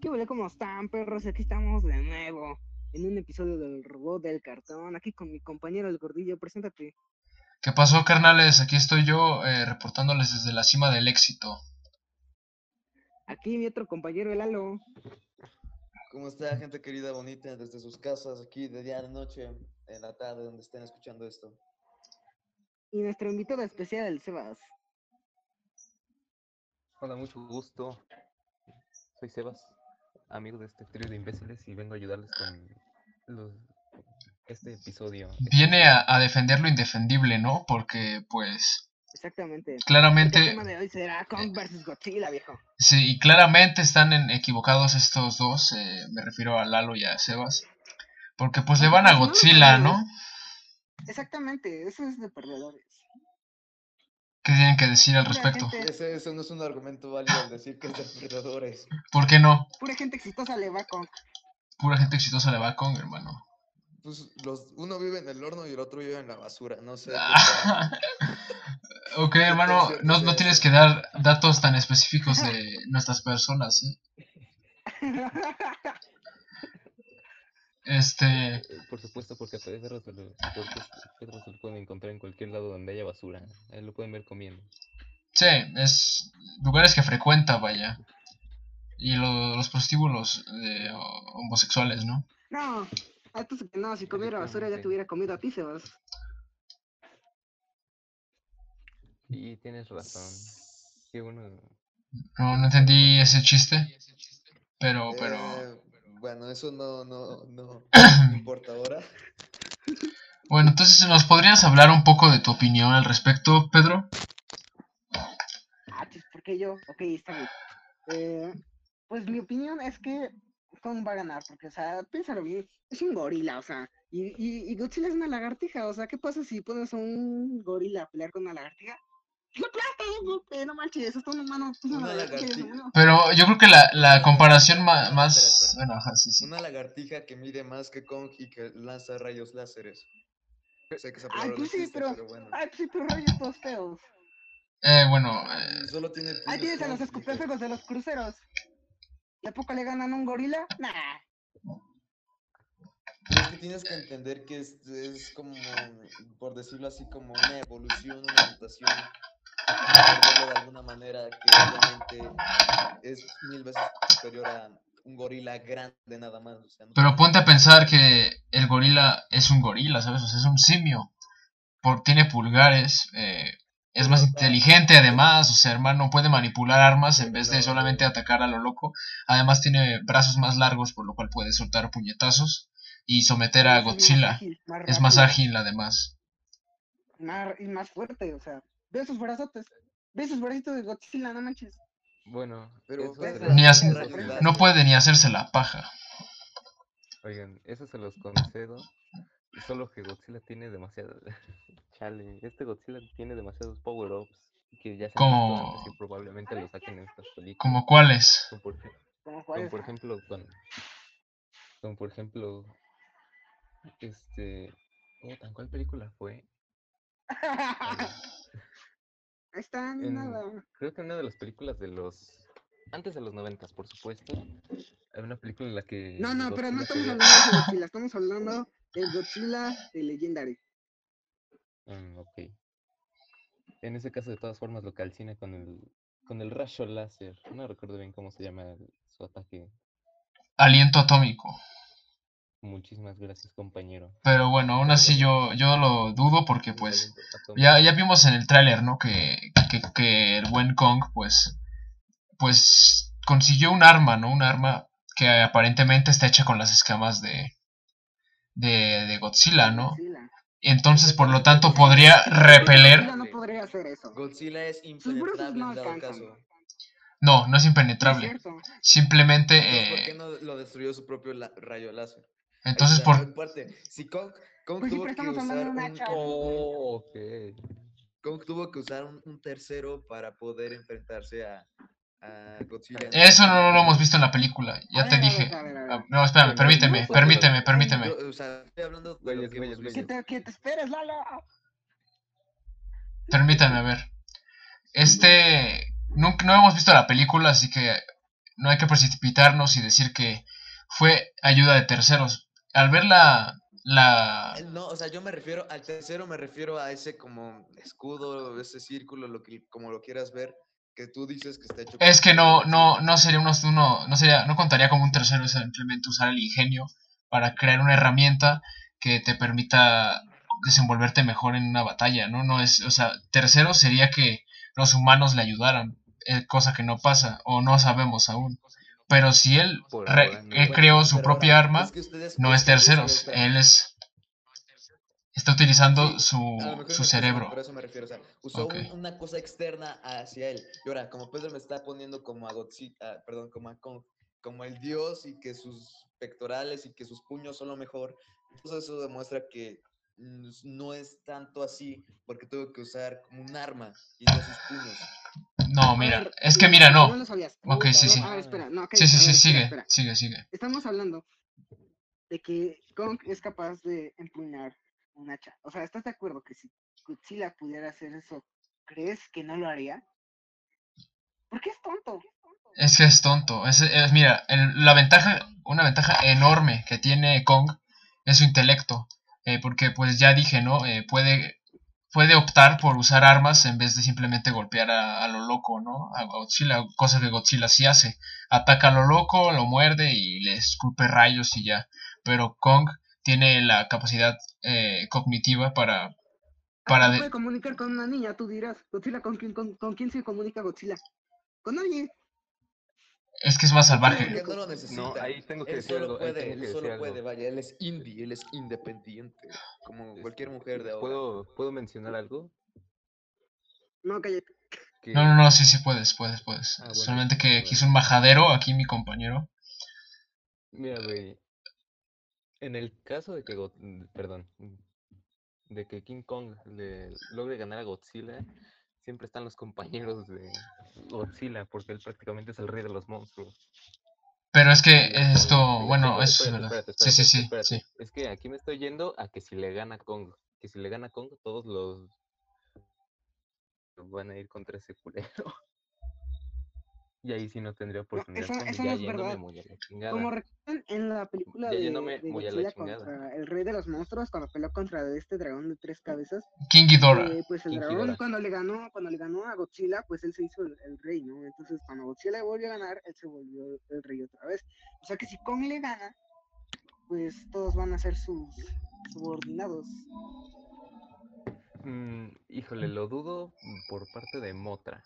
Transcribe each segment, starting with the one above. ¿Qué huele? ¿Cómo están, perros? Aquí estamos de nuevo en un episodio del Robot del Cartón. Aquí con mi compañero el Gordillo. Preséntate. ¿Qué pasó, carnales? Aquí estoy yo eh, reportándoles desde la cima del éxito. Aquí mi otro compañero, el Lalo. ¿Cómo está, gente querida, bonita, desde sus casas, aquí de día, de noche, en la tarde, donde estén escuchando esto? Y nuestro invitado especial, el Sebas. Hola, mucho gusto. Soy Sebas, amigo de este trío de imbéciles y vengo a ayudarles con los- este episodio. Viene a, a defender lo indefendible, ¿no? Porque, pues, Exactamente. El claramente, tema de hoy será Kong vs Godzilla, viejo. sí, y claramente están en- equivocados estos dos, eh, me refiero a Lalo y a Sebas, porque pues le van a Pues no, Godzilla, no, no. ¿no? Exactamente, eso es de perdedores. ¿Qué tienen que decir al Pura respecto? gente- Ese, eso no es un argumento válido al decir que es de perdedores. ¿Por qué no? pura gente exitosa le va a Kong. Pura gente exitosa le va con, hermano. Pues los, uno vive en el horno y el otro vive en la basura, no sé. qué tal. ok, hermano, cierto no, sea no tienes eso. que dar datos tan específicos de nuestras personas, ¿eh? ¿sí? Este, Eh, Por supuesto, porque a Pedro se lo, porque a Pedro se lo pueden encontrar en cualquier lado donde haya basura. Ahí lo pueden ver comiendo. Sí, es lugares que frecuenta, vaya. Y lo- los prostíbulos eh, ho- homosexuales, ¿no? no, antes que no, si comiera basura ya te hubiera comido a ti, Sebas. Y tienes razón. Que uno. No, no entendí ese chiste, pero, pero... Eh, bueno, eso no, no, no importa ahora. Bueno, entonces, ¿nos podrías hablar un poco de tu opinión al respecto, Pedro? Ah, pues porque yo, ok, está bien. Eh, pues mi opinión es que Kong va a ganar, porque, o sea, piénsalo bien, es un gorila, o sea, y, y, y Godzilla es una lagartija, o sea, ¿qué pasa si pones a un gorila a pelear con una lagartija? ¡Lo aplasta, no, no, eh, no manches, está un humano, es una Una lagartija y se lagartija. murió. Pero yo creo que la, la comparación ma- Espera, más... espera. Bueno, ajá, sí, sí. Una lagartija que mide más que Kong y que lanza rayos láseres. Sé que esa Ay, palabra no pues sí, existe, pero- bueno. Ay, pues sí, pero rayos todos feos. Eh, bueno, eh, Solo tiene Ahí puños ah, tienes a los Kong y que- escupéfagos de los cruceros. ¿Y a poco le ganan a un gorila? Nah. Es que tienes que entender que es, es como, por decirlo así, como una evolución, una mutación, por decirlo de alguna manera, que obviamente es mil veces superior a un gorila grande nada más. o sea, no pero tiene- ponte a pensar que el gorila es un gorila, ¿sabes? O sea, es un simio. Por, tiene pulgares, eh, es más inteligente además, o sea, hermano, puede manipular armas en vez de solamente atacar a lo loco. Además tiene brazos más largos, por lo cual puede soltar puñetazos y someter a Es Pues, más Godzilla. ágil, Es más rápido. ágil además. más, y más fuerte, o sea, ve sus brazotes, ve sus bracitos de Godzilla, no manches. Bueno, Pero eso puedes se Ni los- hace- No puede ni hacerse la paja. Oigan, eso se los concedo. Solo que Godzilla tiene demasiado. Chale, este Godzilla tiene demasiados power-ups que ya se han visto antes Como- y probablemente lo saquen en estas películas. ¿Como cuáles? Como por, ej- Como como Juárez. por ejemplo, con, como por ejemplo, este, oh, ¿tan cuál película fue? Ahí Ah, está, en- nada. Creo que una de las películas de los, antes de los noventas, por supuesto, hay una película en la que No, no, pero no Godzilla estamos pelea- hablando de Godzilla, estamos hablando de Godzilla de Legendary. Mm, ok. En ese caso, de todas formas, lo calcina con el, con el rayo láser. No recuerdo bien cómo se llama el- su ataque. Aliento atómico. Muchísimas gracias, compañero. Pero bueno, aún así yo, yo lo dudo porque Un pues... talento atómico. Ya, ya vimos en el tráiler, ¿no? Que, que, que el buen Kong, pues, pues consiguió un arma, ¿no? Un arma que aparentemente está hecha con las escamas de, de, de Godzilla, ¿no? Godzilla. Entonces, por lo tanto, podría repeler, Godzilla no podría hacer eso. Godzilla es brazos no impenetrable en dado alcanzan. caso. No, no es No es impenetrable. cierto. Simplemente. Entonces, ¿Por eh, qué no lo destruyó su propio la- rayo láser? Ahí entonces, está, por. muy fuerte. Si Kong, Kong Pues sí, pero tuvo que estamos hablando usar de una un- hacha. Oh, ok. Kong tuvo que usar un, un tercero para poder enfrentarse a, a Godzilla. Eso no lo hemos visto en la película. A Ya te ver, a ver, dije. a ver, a ver. Ah, No, espérame, Pues Bueno, permíteme, no fue- permíteme, no, permíteme. Yo, o sea, estoy hablando de lo Güeyes, que güeyes, hemos Que visto. güeyes. te, que te esperes, Lalo. Permítame, a ver. Este. No, no hemos visto la película, así que no hay que precipitarnos y decir que fue ayuda de terceros. Al ver la. la Eh, No, o sea, yo me refiero al tercero, me refiero a ese como escudo, ese círculo, lo que, como lo quieras ver, que tú dices que está hecho. es por que no, Godzilla. no, no sería unos, uno, no sería, no contaría como un tercero es simplemente usar el ingenio para crear una herramienta que te permita desenvolverte mejor en una batalla, ¿no? No es, o sea, tercero sería que los humanos le ayudaran, eh, cosa que no pasa, o no sabemos aún. Pero si él Por re- ahora no. eh, Bueno, creó su pero propia ahora, arma, es que ustedes- no es ustedes- terceros, espera, él es está utilizando Sí, a lo su, mejor su no es tercero, cerebro. Por eso me refiero, o sea, usó un- Ok. una cosa externa hacia él. Y ahora, como Pedro me está poniendo como a Godzilla, ah, perdón, como a Kong, como el dios y que sus pectorales y que sus puños son lo mejor, entonces eso demuestra que mm, no es tanto así porque tuvo que usar como un arma y no sus puños. No, A mira, ver, es que no, mira, No no. lo sabías. Ok, sí, No, sí. A ver, espera. No, ok, Sí, sí, a sí, ver, espera, sigue, espera. sigue, sigue. Estamos hablando de que Kong es capaz de empuñar un hacha. O sea, ¿estás de acuerdo que si Godzilla pudiera hacer eso, crees que no lo haría? Porque es tonto. Es que es tonto. Es, es- mira, el- la ventaja, una ventaja enorme que tiene Kong es su intelecto. Eh, porque pues ya dije, ¿no? Eh, puede, puede optar por usar armas en vez de simplemente golpear a, a lo loco, ¿no? A Godzilla, cosa que Godzilla sí hace. Ataca a lo loco, lo muerde y le escupe rayos y ya. Pero Kong tiene la capacidad eh, cognitiva para... Ah, para se de- puede comunicar con una niña, tú dirás. Godzilla, ¿con quién, con, con quién se comunica Godzilla? Con nadie. Es que es más salvaje. Porque no lo necesita. No, ahí tengo que él decir solo algo. puede, ahí tengo que él decir solo algo. puede, vaya, él es indie, él es independiente, como cualquier mujer de ahora. Este, ¿Puedo, ¿Puedo mencionar algo? No, cállate. Que- No, no, no, sí, sí puedes, puedes, puedes. Ah, bueno, Solamente sí, que bueno. aquí es un majadero, aquí mi compañero. Mira, güey. En el caso de que Go- mm, perdón, mm, de que King Kong le logre ganar a Godzilla, siempre están los compañeros de Godzilla, porque él prácticamente es el rey de los monstruos. Pero es que Y yo- esto, y yo bueno, tengo- eso es espérate, verdad. espérate, Sí, sí, espérate, sí, espérate. sí. Es que aquí me estoy yendo a que si le gana Kong, que si le gana Kong, todos los van a ir contra ese culero. Y ahí sí no tendría oportunidad. eso- Kong, eso ya no es yéndome verdad. muy a la chingada. Como recuerdan en la película Ya de, yéndome de muy a la Godzilla chingada. contra el rey de los monstruos, cuando peleó contra este dragón de tres cabezas, King Ghidorah. eh, pues el King dragón Ghidorah. cuando le ganó, cuando le ganó a Godzilla, pues él se hizo el, el rey, ¿no? Entonces cuando Godzilla volvió a ganar, él se volvió el rey otra vez. O sea que si Kong le gana, pues todos van a ser sus subordinados. Mm, híjole, lo dudo mm, por parte de Motra.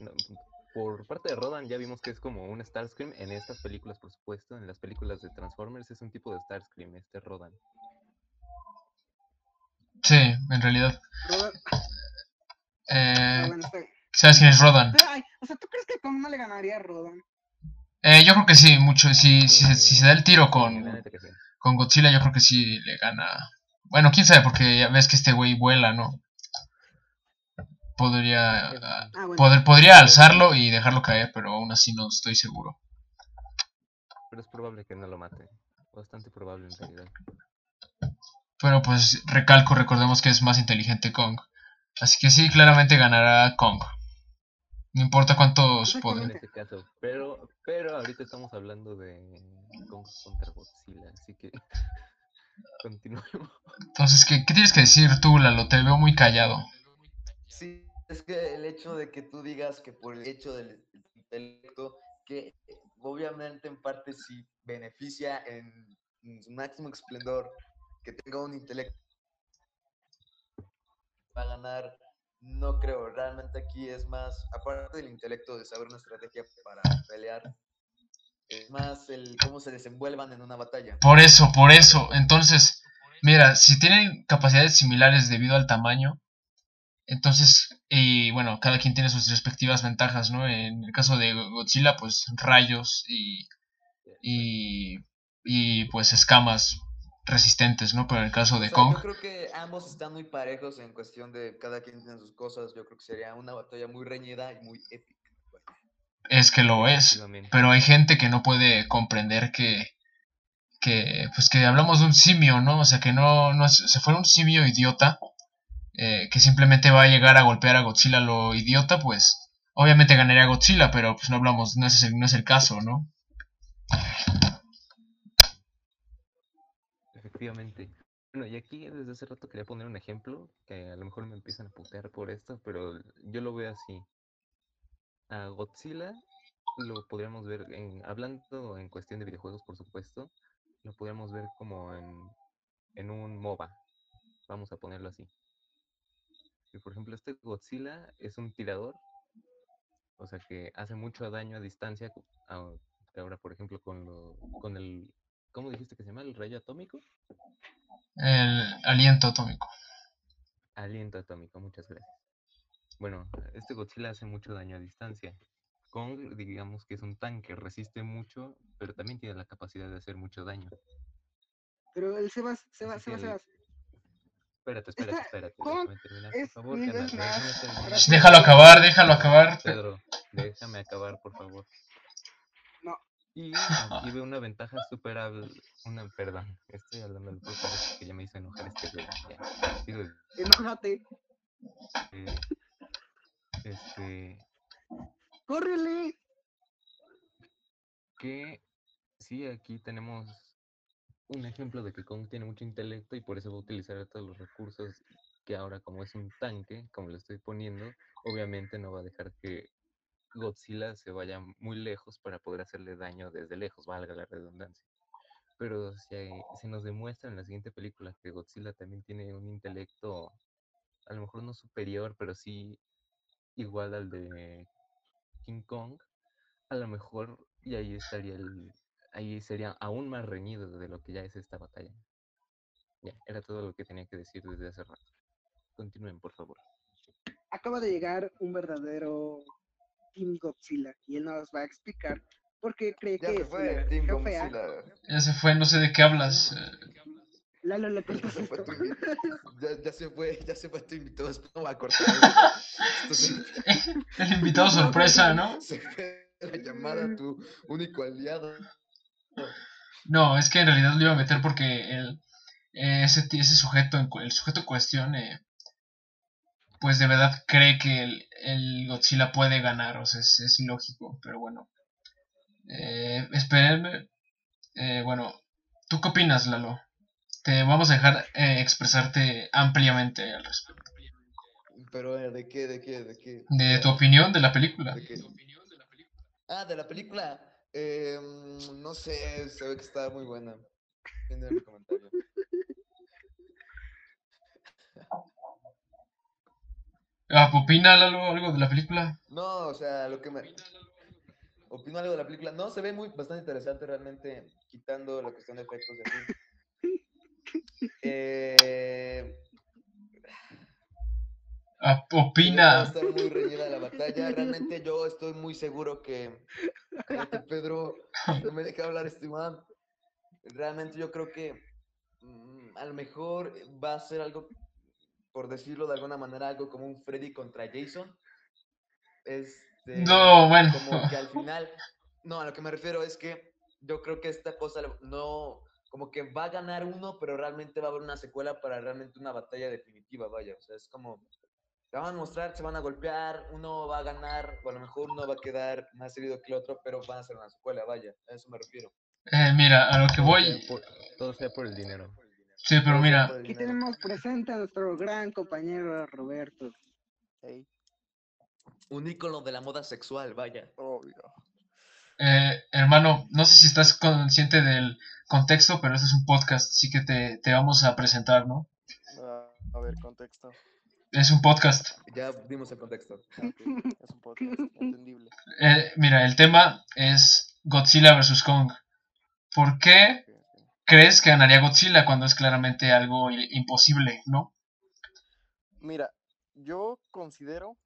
No, mm, por parte de Rodan ya vimos que es como un Starscream en estas películas, por supuesto, en las películas de Transformers es un tipo de Starscream, este Rodan. Sí, en realidad. Robert, ah, Eh, bueno, está bien. ¿Sabes quién es Rodan? Pero, ay, o sea, ¿tú crees que Kong no le ganaría a Rodan? Eh, yo creo que sí, mucho. Si, si, se- si se da el tiro eh, Sí, la con, eh, neta que sí. con Godzilla, yo creo que sí le gana. Bueno, quién sabe, porque ya ves que este güey vuela, ¿no? Podría, Eso ah, sí. Ah, bueno. poder, podría alzarlo y dejarlo caer, pero aún así no estoy seguro. Pero es probable que no lo mate. Bastante probable en realidad. Pero pues recalco, recordemos que es más inteligente Kong. Así que sí, claramente ganará Kong. No importa cuántos En Exactamente. poderes. este caso. Pero, pero ahorita estamos hablando de Kong contra Godzilla, así que continuemos. Entonces, ¿qué, qué tienes que decir tú, Lalo? Te veo muy callado. Sí, es que el hecho de que tú digas que por el hecho del intelecto, que eh, obviamente en parte sí beneficia en, en su máximo esplendor que tenga un intelecto va a ganar, no creo, realmente aquí es más, aparte del intelecto de saber una estrategia para pelear, es más el cómo se desenvuelvan en una batalla. Por eso, por eso. Entonces, mira, si tienen capacidades similares debido al tamaño, Entonces, y bueno, cada quien tiene sus respectivas ventajas, ¿no? En el caso de Godzilla, pues rayos y, y, y pues escamas resistentes, ¿no? Pero en el caso de O sea, Kong, Yo creo que ambos están muy parejos en cuestión de cada quien tiene sus cosas. Yo creo que sería una batalla muy reñida y muy épica. Bueno, es que lo es. efectivamente. Pero hay gente que no puede comprender que, que pues que hablamos de un simio, ¿no? O sea, que no, no es- se fuera un simio idiota, eh, que simplemente va a llegar a golpear a Godzilla lo idiota, pues obviamente ganaría Godzilla, pero pues no hablamos, no es, el- no es el caso, ¿no? Efectivamente. Bueno, y aquí desde hace rato quería poner un ejemplo, que a lo mejor me empiezan a putear por esto, pero yo lo veo así. A Godzilla lo podríamos ver, en, hablando en cuestión de videojuegos, por supuesto, lo podríamos ver como en, en un MOBA. Vamos a ponerlo así. Y por ejemplo, este Godzilla es un tirador, o sea que hace mucho daño a distancia. co- a- ahora, por ejemplo, con, lo, con el. ¿Cómo dijiste que se llama? ¿El rayo atómico? El aliento atómico. Aliento atómico, muchas gracias. Bueno, este Godzilla hace mucho daño a distancia. Kong, digamos que es un tanque, resiste mucho, pero también tiene la capacidad de hacer mucho daño. Pero el Sebas, Sebas, Así que Sebas, el- Sebas. Espérate, espérate, Esta- espérate. Kong déjame terminar, es por favor, mil carnal, veces más déjame terminar. rápido. Déjalo acabar, déjalo acabar. Pedro, déjame acabar, por favor. No. Y aquí veo una ventaja superable. Una, perdón, estoy hablando del podcast que ya me hizo enojar este güey. ya. Digo, Enójate. eh, este, ¡Córrele! que sí, aquí tenemos un ejemplo de que Kong tiene mucho intelecto y por eso va a utilizar todos los recursos que ahora como es un tanque, como lo estoy poniendo, obviamente no va a dejar que Godzilla se vaya muy lejos para poder hacerle daño desde lejos, valga la redundancia. Pero si se nos demuestra en la siguiente película que Godzilla también tiene un intelecto, a lo mejor no superior, pero sí igual al de King Kong, a lo mejor, y ahí estaría el. Ahí sería aún más reñido de lo que ya es esta batalla. Ya, era todo lo que tenía que decir desde hace rato. Continúen, por favor. Acaba de llegar un verdadero Team Godzilla y él nos va a explicar por qué cree Ya que se es fue una el Team idea fea. Godzilla. Ya se fue, no sé de qué hablas. eh, Lalo, ¿le Ya cuentas se fue esto? tu invitado. Ya, ya se fue, ya se fue tu invitado. Esto no va a cortar. esto. Esto se- el invitado sorpresa, ¿no? Se fue la llamada a tu único aliado. No, es que en realidad lo iba a meter porque el, eh, ese, ti- ese sujeto, en cu- el sujeto en cuestión, eh, pues de verdad cree que el, el Godzilla puede ganar, o sea, es, es ilógico, pero bueno. Eh, espérenme. Eh, bueno, ¿tú qué opinas, Lalo? Te vamos a dejar eh, expresarte ampliamente al respecto. Pero, eh, ¿de qué? ¿De qué? ¿De qué? De tu Eh, opinión de la película. ¿De qué? Ah, de la película. Eh, mm, no sé, se ve que está muy buena. Fin de mi comentario. Ah, ¿Opina Lalo algo de la película? No, o sea, lo que me. Opino algo de la película. No, se ve muy bastante interesante realmente, quitando la cuestión de efectos de aquí. Eh, Ah, Va a ¿Opina? estar muy reñida la batalla. Realmente yo estoy muy seguro que. Cállate, Pedro. No me deja hablar este man. Realmente yo creo que mm, a lo mejor va a ser algo, por decirlo de alguna manera, algo como un Freddy contra Jason. Este, No, bueno. Como que al final. No, a lo que me refiero es que yo creo que esta cosa no. Como que va a ganar uno, pero realmente va a haber una secuela para realmente una batalla definitiva, vaya. O sea, es como. Se van a mostrar, se van a golpear, uno va a ganar, o a lo mejor uno va a quedar más herido que el otro, pero van a hacer una secuela, vaya, a eso me refiero. Eh, mira, a lo que Todo voy. sea por- todo sea por el dinero. Sí, pero Todo sea mira. por el Aquí dinero. tenemos presente a nuestro gran compañero Roberto. Ey, Un ícono de la moda sexual, vaya. obvio. Eh, hermano, no sé si estás consciente del contexto, pero este es un podcast, así que te, te vamos a presentar, ¿no? Ah, a ver, contexto. Es un podcast. Ya dimos el contexto. Ah, ok, Es un podcast, entendible. Eh, mira, el tema es Godzilla vs. Kong. ¿Por qué Ok, ok. crees que ganaría Godzilla cuando es claramente algo i- imposible, ¿no? Mira, yo considero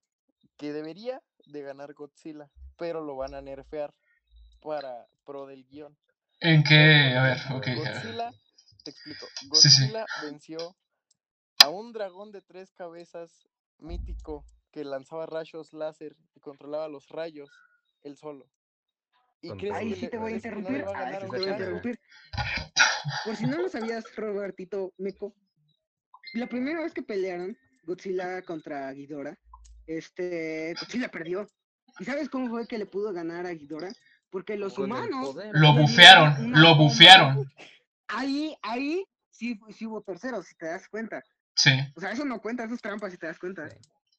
que debería de ganar Godzilla, pero lo van a nerfear para pro del guión. ¿En qué? A ver, ok. a ver. Godzilla, te explico. Sí, sí. Godzilla venció a un dragón de tres cabezas mítico que lanzaba rayos láser y controlaba los rayos él solo. ¿Y Con crees todo Ahí que sí le- te voy a crees que no le interrumpir. va a Ahí ganar sí te voy a a Godzilla? interrumpir. Por si no lo sabías, Robertito Meco. La primera vez que pelearon Godzilla contra Ghidorah, este, Godzilla perdió. ¿Y sabes cómo fue que le pudo ganar a Ghidorah? Porque los Con el humanos poder. Lo bufearon, Una lo bomba. bufearon. ahí, ahí sí, sí hubo terceros, si te das cuenta. Sí, O sea, eso no cuenta, eso es trampa, si te das cuenta.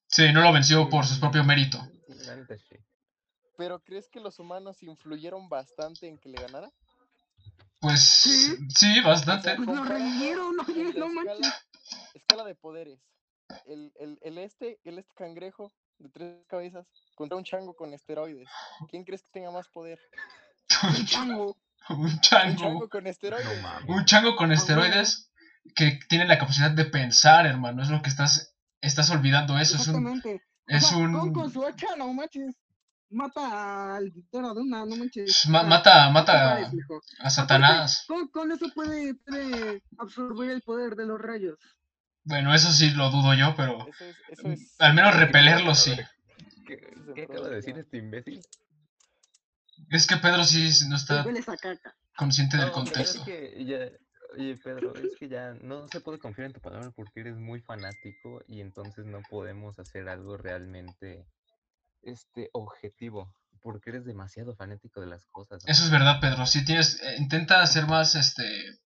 sí, no lo venció por su propio mérito. La neta, sí. Pero crees que los humanos influyeron bastante en que le ganara? Pues sí, bastante. Pues lo Comparando revivieron, oye, en la no manches. escala- Escala de poderes. El, el, el este, el este cangrejo de tres cabezas contra un chango con esteroides. ¿Quién crees que tenga más poder? Un chango. Un Un chango. chango con esteroides. Un chango con esteroides que tiene la capacidad de pensar, hermano. Es lo que estás, estás olvidando. Eso es un, Exactamente. es Con- Con, con un, su hacha, no manches. Mata al Victor de una, no manches. ma- O sea, mata, no mata compares, mijo. a Aparte, Satanás. Con, con eso puede, puede absorber el poder de los rayos. Bueno, eso sí lo dudo yo, pero Eso es, eso es. al menos repelerlo A sí. ver, ¿Qué, Ese es el qué acaba de decir problema. este imbécil? Es que Pedro sí Te no está huele esa caca. consciente del No, pero contexto. Es que ya, oye, Pedro, es que ya no se puede confiar en tu palabra porque eres muy fanático y entonces no podemos hacer algo realmente este, objetivo porque eres demasiado fanático de las cosas. ¿no? Eso es verdad, Pedro. Si tienes, eh, intenta ser más, este,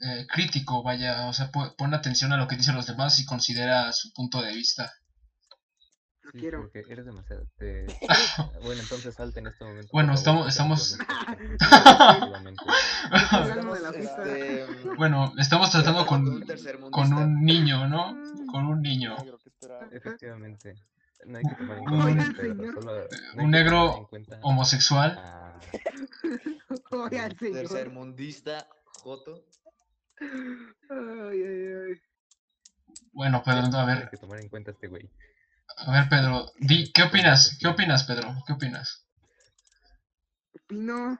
eh, crítico, vaya, o sea, pu- pon atención a lo que dicen los demás y considera su punto de vista. Lo Sí, quiero. porque eres demasiado... te- bueno, entonces salte en este momento. por Bueno, favor, estamos- porque definitivamente- Hablando de la fiesta. este, Bueno, estamos tratando tratando con, un tercermundista. con un niño, ¿no? Con un niño. negro que esperaba. Efectivamente. No hay que tomar en Un- Oiga, cuenta a Pedro, señor. solo- no hay que un negro tomar en cuenta Homosexual. a- Oye, al señor. tercermundista Joto. Ay, ay, ay. Bueno, Pedro, a Hay ver, que tomar en cuenta a este güey. a ver, Pedro, di, ¿qué opinas? ¿Qué opinas, Pedro? ¿Qué opinas? Opino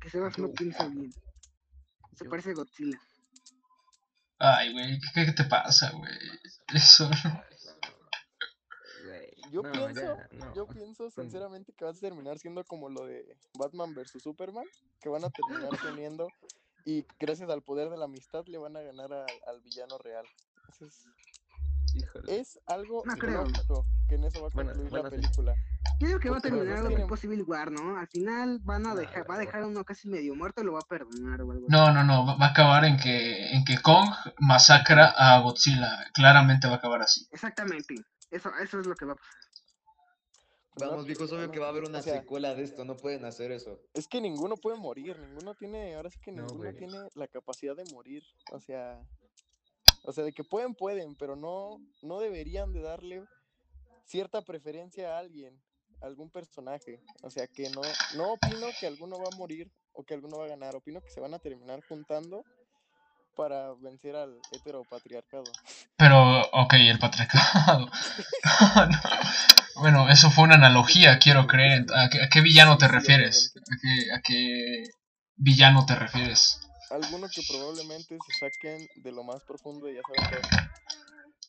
que Sebas no piensa bien. Se parece a Godzilla. Ay, güey, ¿qué, qué te pasa, güey? Eso. Yo No, pienso, ya, no. pues, yo pienso con- sinceramente que vas a terminar siendo como lo de Batman versus Superman, que van a terminar se uniendo y gracias al poder de la amistad le van a ganar a- al villano real. Eso es, Híjole. es algo No creo. lógico que en eso va a Van a- concluir van la a ser- película. Yo digo que va a Porque los terminar dos algo tienen- tipo Civil War, ¿no? Al final van a No, dejar, va a güey. dejar a uno casi medio muerto y lo va a perdonar o algo así. No, no, no, va va a acabar en que, en que Kong masacra a Godzilla. Claramente va a acabar así. Exactamente. Eso, eso es lo que va a pasar. Vamos, viejo, es obvio que va a haber una O sea, secuela de esto, no pueden hacer eso. Es que ninguno puede morir, ninguno tiene, ahora sí que No, ninguno güey. tiene la capacidad de morir, o sea, o sea, de que pueden, pueden, pero no, no deberían de darle cierta preferencia a alguien, a algún personaje, o sea, que no, no opino que alguno va a morir o que alguno va a ganar, opino que se van a terminar juntando para vencer al heteropatriarcado. Pero, ok, el patriarcado. No. Bueno, eso fue una analogía, quiero creer. Ent- ¿A qué, a qué villano te Sí, refieres? ¿A qué, a qué villano te refieres? Alguno que probablemente se saquen de lo más profundo y ya saben,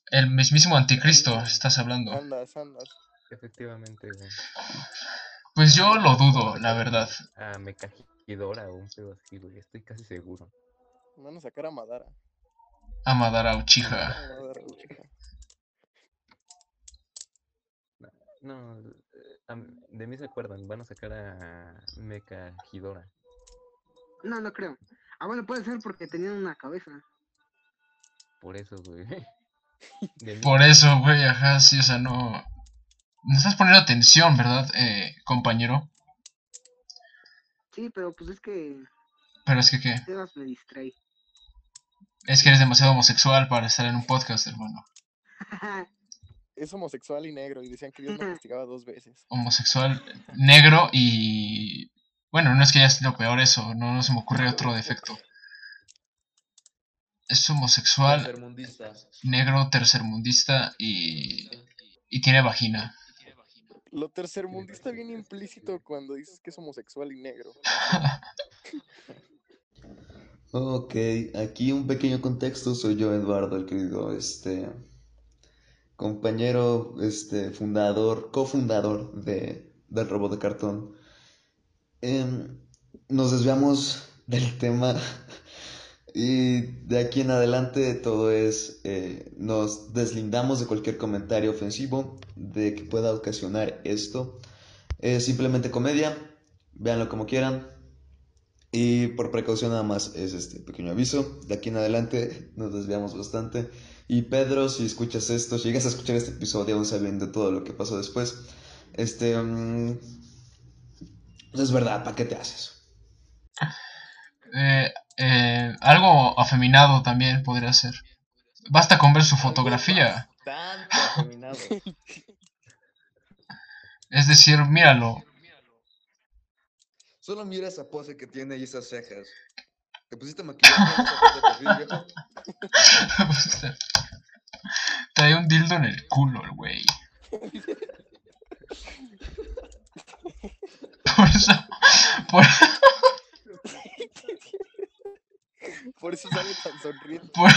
El mismísimo anticristo, estás hablando. andas, andas. Efectivamente, güey. Pues yo lo dudo, la verdad. Ah, me cajidora o un pedo así, güey. Estoy casi seguro. Van a sacar a Madara. A Madara Uchiha. a Madara, güey. No, eh, am- de mí se acuerdan. Van a sacar a Mecajidora. No, no creo. Ah, bueno, puede ser porque tenían una cabeza. Por eso, güey. De mí Por eso, güey, ajá, sí, o sea, no. No estás poniendo atención, ¿verdad, eh, compañero? Sí, pero pues es que Pero es que, ¿qué? Sebas me distrae. Es que eres demasiado homosexual para estar en un podcast, hermano. es homosexual y negro y decían que Dios lo castigaba dos veces. homosexual negro y bueno, no es que haya sido peor eso, no, no se me ocurre otro defecto. es homosexual, tercermundista. negro, tercermundista y, y tiene vagina. Lo tercermundista viene implícito cuando dices que es homosexual y negro. Ok, aquí un pequeño contexto, soy yo Eduardo, el querido este compañero, este fundador, cofundador de, del robot de cartón. Em, nos desviamos del tema y de aquí en adelante todo es, eh, nos deslindamos de cualquier comentario ofensivo de que pueda ocasionar esto. Es simplemente comedia, véanlo como quieran. Y por precaución nada más es este pequeño aviso. De aquí en adelante nos desviamos bastante. Y Pedro, si escuchas esto, si llegas a escuchar este episodio aún sabiendo todo lo que pasó después, este... mm, pues es verdad, ¿para qué te haces? Eh, eh, algo afeminado también podría ser. Basta con ver su fotografía. Tanto afeminado. Es decir, míralo. Solo mira esa pose que tiene y esas cejas. ¿Te pusiste maquillaje en esa foto de perfil, viejo? Trae un dildo en el culo, el güey. Por eso. Por, Por eso sale tan sonriente. por-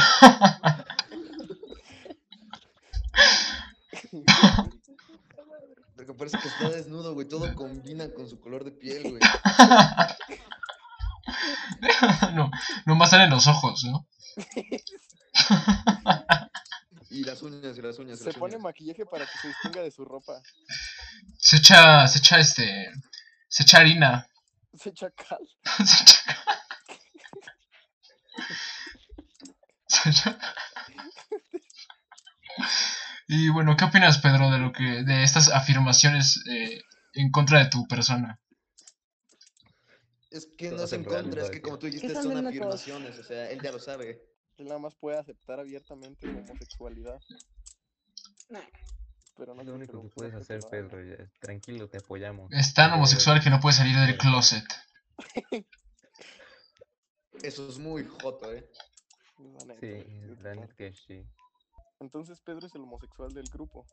Porque parece que está desnudo, güey. Todo combina con su color de piel, güey. no, nomás salen los ojos, ¿no? Y las uñas, y las uñas. y Se las pone eh. uñas. maquillaje para que se distinga de su ropa. Se echa. Se echa este. Se echa harina. Se echa cal. Se echa- Se echa- Y bueno, ¿qué opinas, Pedro, de lo que de estas afirmaciones eh, en contra de tu persona? Es que no Todas se en realidad, encuentra, es que güey. como tú dijiste, Esas son son las cosas. afirmaciones, o sea, él ya lo sabe. Él nada más puede aceptar abiertamente su homosexualidad. No. Pero no Lo creo único lo- que no puedes creo hacer, lo haga. Pedro, ya, tranquilo, te apoyamos. Es Eh, tan homosexual que no puede salir del closet. Eso es muy joto, eh. La neta, Sí, güey, la claro. neta que sí. Entonces Pedro es el homosexual del grupo.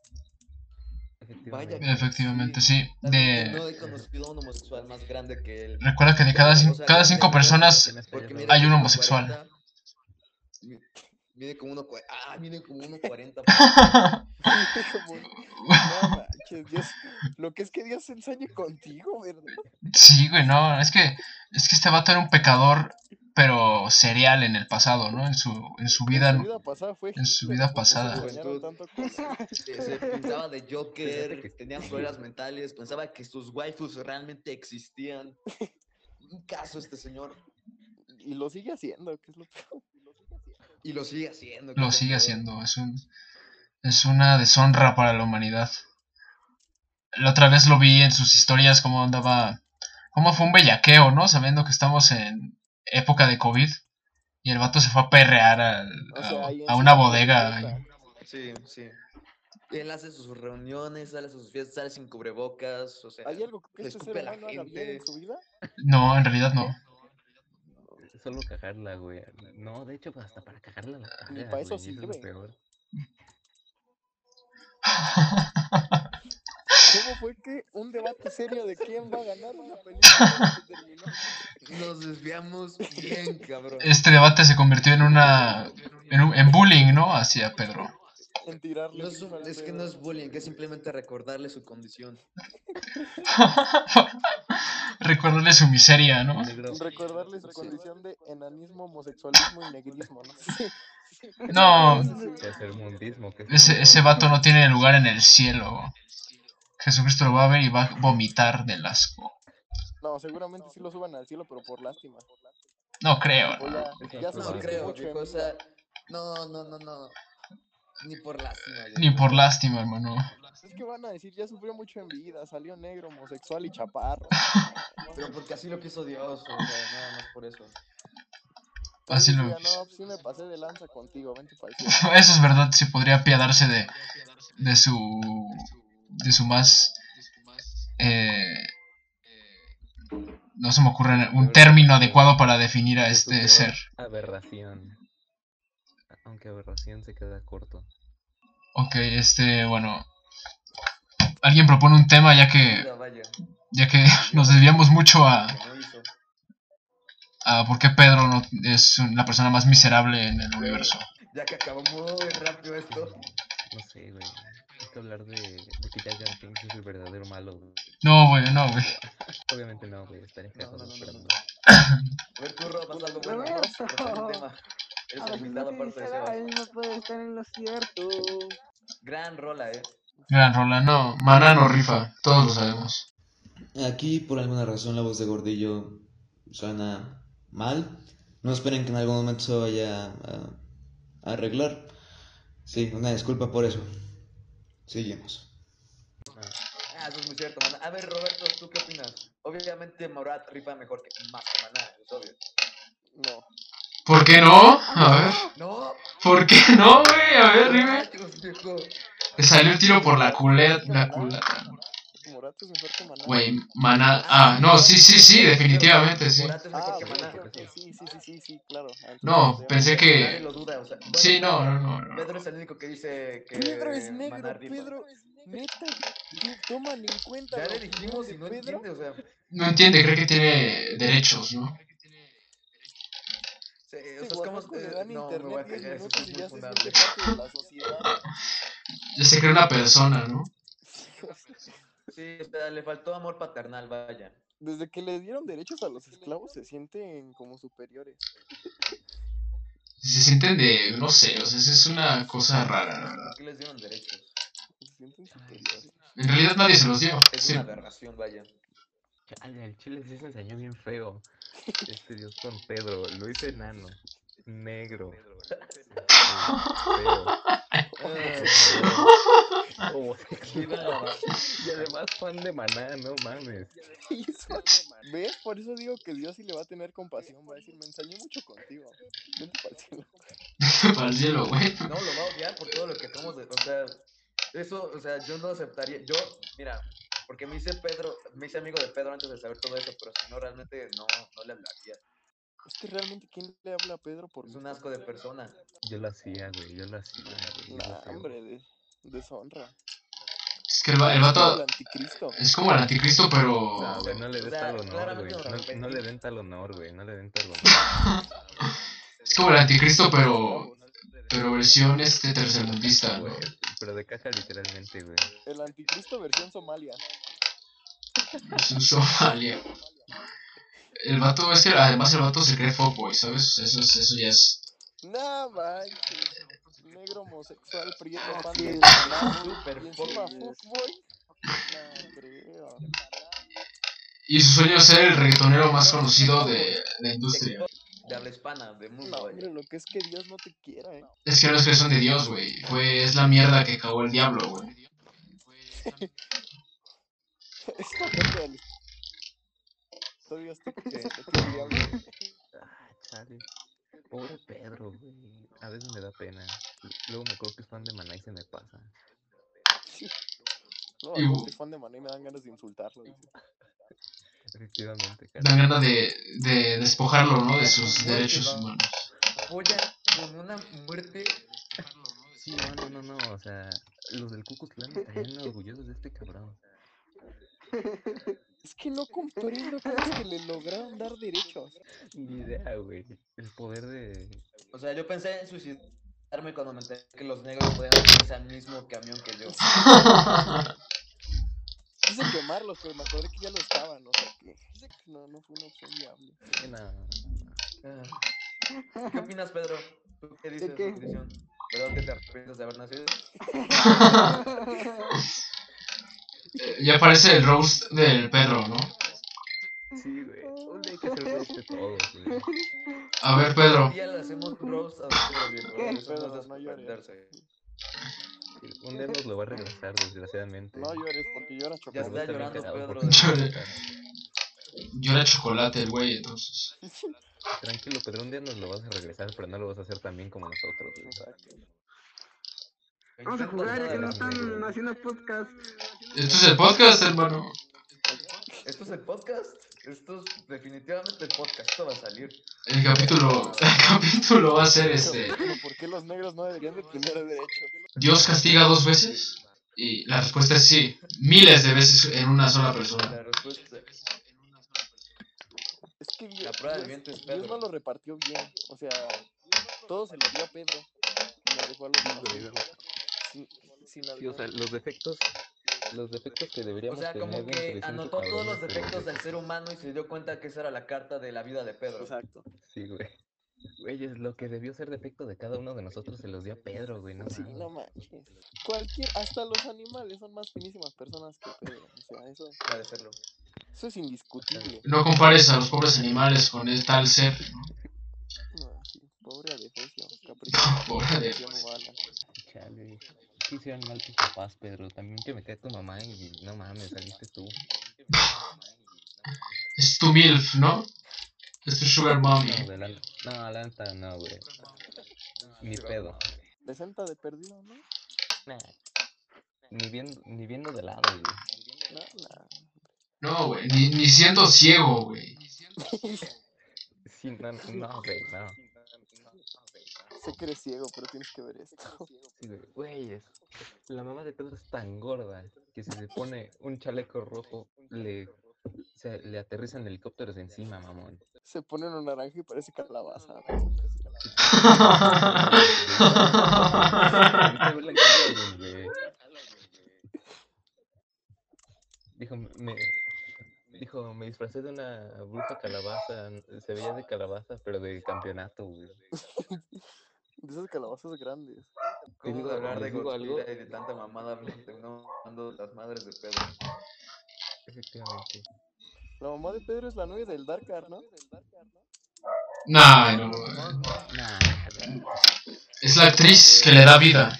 Efectivamente. que- Efectivamente, sí. Tal De- vez No he conocido a un homosexual más grande que él. Recuerda que de cada, Pero, o cin- sea, cada grande cinco no, personas porque- porque Hay un mide como homosexual. 1.40, mi- Mide como uno. cua- Ah, mide como uno 40. Como, no manches, Dios. Lo que es que Dios se ensañe contigo, ¿verdad? Sí, güey, no, es que, es que este vato era un pecador, pero serial en el pasado, ¿no? En su, en su vida. En su vida pasada fue. en su Hitler, vida por eso se pasada. engañaron tanto con él. Se, se pintaba de Joker, que- tenía problemas mentales, pensaba que sus waifus realmente existían. Un caso este señor. Y lo sigue haciendo, que es lo peor. Y lo sigue haciendo. que Lo es sigue peor. haciendo, es un, es una deshonra para la humanidad. La otra vez lo vi en sus historias cómo andaba, cómo fue un bellaqueo, ¿no? Sabiendo que estamos en época de COVID y el vato se fue a perrear al- O a, sea, ahí en a su una propia bodega. fiesta. Sí, sí. Él hace sus reuniones, sale a sus fiestas, sale sin cubrebocas. O sea, ¿Hay algo que le este ser escupe a la humano haga bien en gente. su vida? No, en realidad no. Solo cagarla, güey. No, de hecho, hasta para cagarla la caga, Ni pa' eso güey, y es lo sirve. peor. ¿Cómo fue que un debate serio de quién va a ganar una película se terminó? Nos desviamos bien, cabrón. Este debate se convirtió en una, en, un- en bullying, ¿no? Hacia Pedro. en tirarle? No es, un- FIFA al es que Pedro? no es bullying, que es simplemente recordarle su condición. Recordarle su miseria, ¿no? Negro, Recordarle su Sí. condición de enanismo, homosexualismo y negrismo, ¿no? Sí. No, tercermundismo, que es lo Ese, peor. ese vato no tiene lugar en el cielo. Jesucristo lo va a ver y va a vomitar del asco. No, seguramente sí lo suban al cielo, pero por lástima. No creo. O ya, Es ya se No improbable. sintió creo, mucho en viejo, o vida. sea, pues, No, no, no, no. Ni por lástima. Ni viejo. por lástima, hermano. Es que van a decir, ya sufrió mucho en vida, salió negro, homosexual y chaparro. Pero porque así lo quiso Dios, o sea, nada más por eso. Tal Así vez lo- diga, No, pues sí me pasé de lanza contigo, vente para el cielo. Eso es verdad, sí podría apiadarse de, de su. de su más. eh, no se me ocurre un término adecuado para definir a este ser. Aberración. Aunque aberración se queda corto. Ok, este, bueno. Alguien propone un tema ya que, Mira, vaya. ya que Eh, nos desviamos mucho a, que no hizo. a Ah, por qué Pedro no es un- la persona más miserable en el universo. Ya que acabó muy rápido esto. No sé, güey. Hay que hablar de, de que Jack Pink es el verdadero malo, güey. No, güey, no, güey. Obviamente no, güey. Estaría No, no, cagado, no, no, pero no, no. A ver, tú, Rob, haz algo bueno. Roberto. Pasa el tema. Eres Ahora el sí, invitado lo que aparte de dice Sebas. Gael no puede estar en lo cierto. Gran rola, eh. Gran rola, no. Marano rifa, todos lo sabemos. Aquí, por alguna razón, la voz de Gordillo suena mal. No esperen que en algún momento se vaya a, a arreglar. Sí, una disculpa por eso. Seguimos. Ah, eso es muy cierto, Maná. A ver, Roberto, ¿tú qué opinas? Obviamente, Morat rifa mejor que más que Maná, es obvio. No. ¿Por qué no? A ver. ¡No! ¿Por qué no, güey? A ver, dime. Dios mío. Le salió el tiro por la culeta. La culata. Morato es mejor que Maná. Güey, maná. Ah, no, sí, sí, sí, definitivamente, sí. Morat es mejor Ah, que ok, Maná. ok, ok, sí, sí, sí, sí, sí, claro. Ah, entonces No, tenemos- pensé Nadie que. lo duda, o sea. bueno, Sí, no, no, no. no. Pedro es el único que dice que. Pedro es Maná negro, rifa. Pedro es neta. tú- Toman en cuenta. Ya la le opinión dijimos de y no Pedro. entiende, o sea. No entiende, cree que tiene derechos, ¿no? Sí, o sea, Este es como. guajaco le eh, dan no, me voy a internet 10 callar, eso minutos es y ya se infundable. siente parte de la sociedad. Ya se cree una persona, ¿no? Sí, o sea, le faltó amor paternal, vaya. Desde que le dieron derechos a los esclavos se sienten como superiores. Se sienten de. No sé, o sea, es una cosa rara, la verdad. ¿Por qué les dieron derechos? Se sienten superiores. En realidad nadie se los dio. Es Sí. una aberración, vaya. Chale, al chile sí se enseñó bien feo. Este dios con Pedro. Lo hice enano. Negro. Este, eh, feo. Eh, Homosexual. Y además fan de maná, no mames. Y eso- ¿Ves? Por eso digo que Dios sí le va a tener compasión. Va a decir, me ensañé mucho contigo. Vente pa'l cielo". Para el cielo, güey. No, lo va a odiar por todo lo que estamos. de- O sea, eso, o sea, yo no aceptaría. Yo, mira, porque me hice Pedro, me hice amigo de Pedro antes de saber todo eso, pero si no, realmente no, no le hablaría. Es que realmente, ¿quién le habla a Pedro por Es mí? un asco de persona. Yo lo hacía, güey. Yo lo hacía, güey. yo lo Nah, hacía. hombre, de, deshonra. Es que el, va- el Es como El vato anticristo. es como el anticristo, No, pero. güey, no le O des sea, tal honor, claramente nos güey. No, no le arrepentimos. den tal honor, güey. No le den tal honor. Es como el anticristo, pero. Esclavos. Pero versión este tercermundista, güey. güey, Pero de caja literalmente, güey. El anticristo versión Somalia. Es un Somalia. El vato es que además el vato se cree fuckboy, ¿sabes? Eso, es- eso ya es. Nah, manches. pues, Negro homosexual, prieto, pan sí, de es Maná, súper Y encima fuckboy. fuckboy. Nah, creo. Y su sueño es ser el reggaetonero más conocido de la industria. De habla hispana, de mundo, No, vaya. hombre, lo que es que Dios no te quiera, eh. Es que no es creación de Dios, güey. Fue, es la mierda que cagó el diablo, güey. Es una parte de la historia hasta que te- te- te diablo. Ah, chale. Pobre Pedro, güey. A veces me da pena. L- Luego me acuerdo que es fan de maná y se me pasa. No, Y- yo soy fan de Maná y me dan ganas de insultarlo. dice. Efectivamente, cara. Dan ganas de, de despojarlo, ¿no? De sus derechos humanos. Apoya con una muerte. Sí, no, no, no, no, o sea, los del Ku Klux Klan estarían orgullosos de este cabrón. Es que no comprendo cómo es que le lograron dar derechos. Ni idea, güey. El poder de... O sea, yo pensé en suicidarme cuando me enteré que los negros podían meterse al mismo camión que yo. Quise quemarlos, pero me acordé que ya lo estaban, o sea que no, no fue una opción viable. que la- Ah. ¿Qué opinas, Pedro? ¿Tú qué dices de qué? tu condición? ¿Verdad que te arrepientes de haber nacido? Eh, Ya parece el roast del perro, ¿no? Sí, güey. Un día hay que hacer roast de este todos, güey. A ver, Pedro. Un día le hacemos un roast a los negros, viejo, eso Pedro, no es no llores. arrepentirse. Un día nos lo va a regresar, desgraciadamente. No llores porque yo era Ya Pero chocolate. va a está estar bien llorando cagado Pedro porque de- se va a regresar. Yo era chocolate, el güey, entonces. Tranquilo, Pedro, un día nos lo vas a regresar, pero no lo vas a hacer tan bien como nosotros, güey. Exacto. Vamos a jugar, ya que no están haciendo podcast. Este Esto es el podcast, hermano. ¿Esto es el podcast? Esto es definitivamente el podcast, esto va a salir. El capítulo, el capítulo va a ser este. Pero, ¿Por qué los negros no deberían de tener derecho? Dios castiga dos veces. Y la respuesta es sí. Miles de veces en una sola persona. La respuesta. Es que Dios, La prueba Dios- viviente es Dios Pedro. no lo repartió bien. O sea, todo se lo dio a Pedro. Y lo dejó a los demás. Sin, sin Sí, o sea, albur. los defectos, los defectos que O deberíamos sea, tener como de que inteligencia anotó para todos los buenos defectos del profesores. ser humano y se dio cuenta que esa era la carta de la vida de Pedro. Exacto. Sí, güey. Güey, es lo que debió ser defecto de cada uno de nosotros se los dio a Pedro, güey, no Sí, mames. no manches. Cualquier, hasta los animales son más finísimas personas que Pedro. O sea, eso, Ha de serlo. eso es indiscutible. No compares a los pobres animales con el tal ser. No, sí, pobre adefesio, caprichoso. Pobre condición Adefesio. humana. Chale. ¿Qué hicieron mal tus papás, Pedro? También que metí a tu mamá y no mames, saliste tú. Es tu MILF, ¿no? Es tu Sugar Mommy. No, de la... No, la neta, no, güey. Ni pedo. Presenta de perdido, ¿no? Nah. Ni viendo, ni viendo de lado, güey. No, no. No, güey. Ni, ni siendo ciego, güey. Sí, no, no, no, güey, no. Sé que eres ciego, pero tienes que ver esto. Sí, güey, güey, es- La mamá de Pedro es tan gorda que si se pone un chaleco rojo, le, se, le aterrizan helicópteros encima, mamón. Se pone un naranja y parece calabaza. Ahorita veo la cara de donde- Dijo, me, dijo, me disfracé de una bruja calabaza. n- Se veía de calabaza, pero de campeonato, güey. De esas calabazas grandes. ¿Cómo digo- de hablar de les digo algo. Godzilla y de tanta mamada hablando de las madres de Pedro? Efectivamente. La mamá de Pedro es la novia del Darkar, ¿no? Oh, Nah, no, güey. Nah, Es la actriz que le da vida.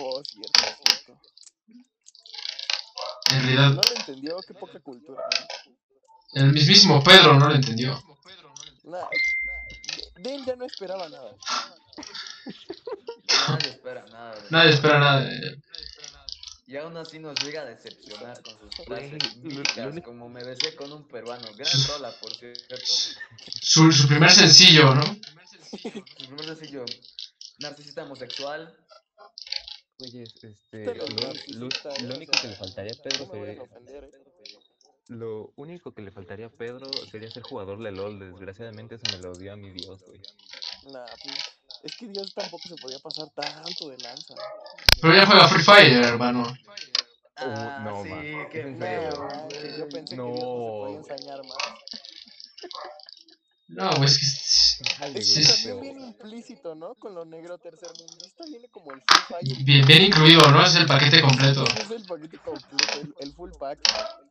Oh, cierto, cierto. En No realidad, lo entendió, qué poca cultura. el mismísimo Pedro no lo entendió. ¿no? Nah, de, de él ya no esperaba nada. Nadie espera nada. de- Nadie espera nada de él. Y aún así nos llega a decepcionar con sus Güey, frases lo- lo míticas, único- como me besé con un peruano. Gran rola, por cierto. Su, su primer sencillo, ¿no? Su primer sencillo, narcisista homosexual. Oh, Oye, este, Te lo, lo lo- narcisista, eh, lo o único que sea, le faltaría a No Pedro me vayas a sería, ofender, ¿eh? lo único que le faltaría a Pedro sería ser jugador de LOL. Desgraciadamente eso me lo dio a mi Dios, güey. Nah, pues, es que Dios tampoco se podía pasar tanto de lanza. Pero ya juega Free Fire, hermano. Oh, no, Ah, sí, ma, es qué en serio. No, feo, manches, yo güey. pensé No, que Dios no se podía güey. ensañar más. No, güey, es que. es- Chale, Es güey, Sí, que qué sí. también feo. viene implícito, ¿no? Con lo negro tercermundista viene como el full fire. Bien, bien incluido, ¿no? Es el paquete completo. Es el paquete completo, el, el full pack.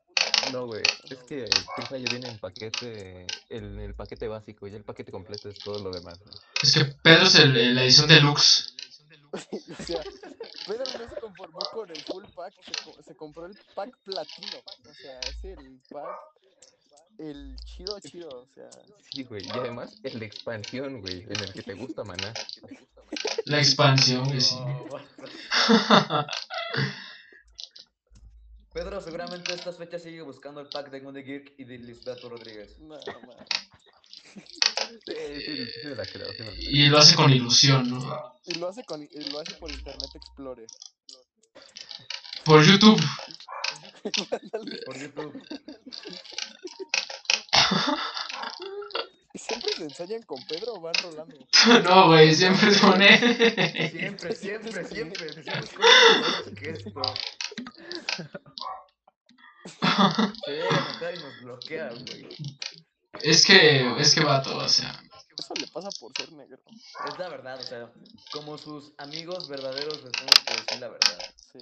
No, güey, es que Free Fire viene en paquete, el, el paquete básico y el paquete completo es todo lo demás. ¿no? Es que Pedro es el- el- la edición deluxe. O sea, Pedro no se conformó con el full pack, se, co- se compró el pack platino. O sea, es el pack, el chido, chido. O sea, Sí, güey, y además el de expansión, güey, en el que te gusta maná. La expansión, güey, sí. No, pues, what the- Pedro, seguramente a estas fechas sigue buscando el pack de Gundy Girk y de Lisberto Rodríguez. nada más. Sí, sí, sí, me la creo, sí, me la creo. Y lo hace con ilusión, ¿no? Y lo hace, con, y lo hace por Internet Explorer. Por YouTube. Por YouTube. Y siempre se ensañan con Pedro o van rolando. No, güey, siempre es con él. Siempre, siempre, siempre. decimos cosas peores que esto. Se debe enojar y nos bloquea, güey. Es que, es que va todo, o sea. Eso le pasa por ser negro. Es la verdad, o sea, como sus amigos verdaderos les tenemos que decir la verdad. Sí.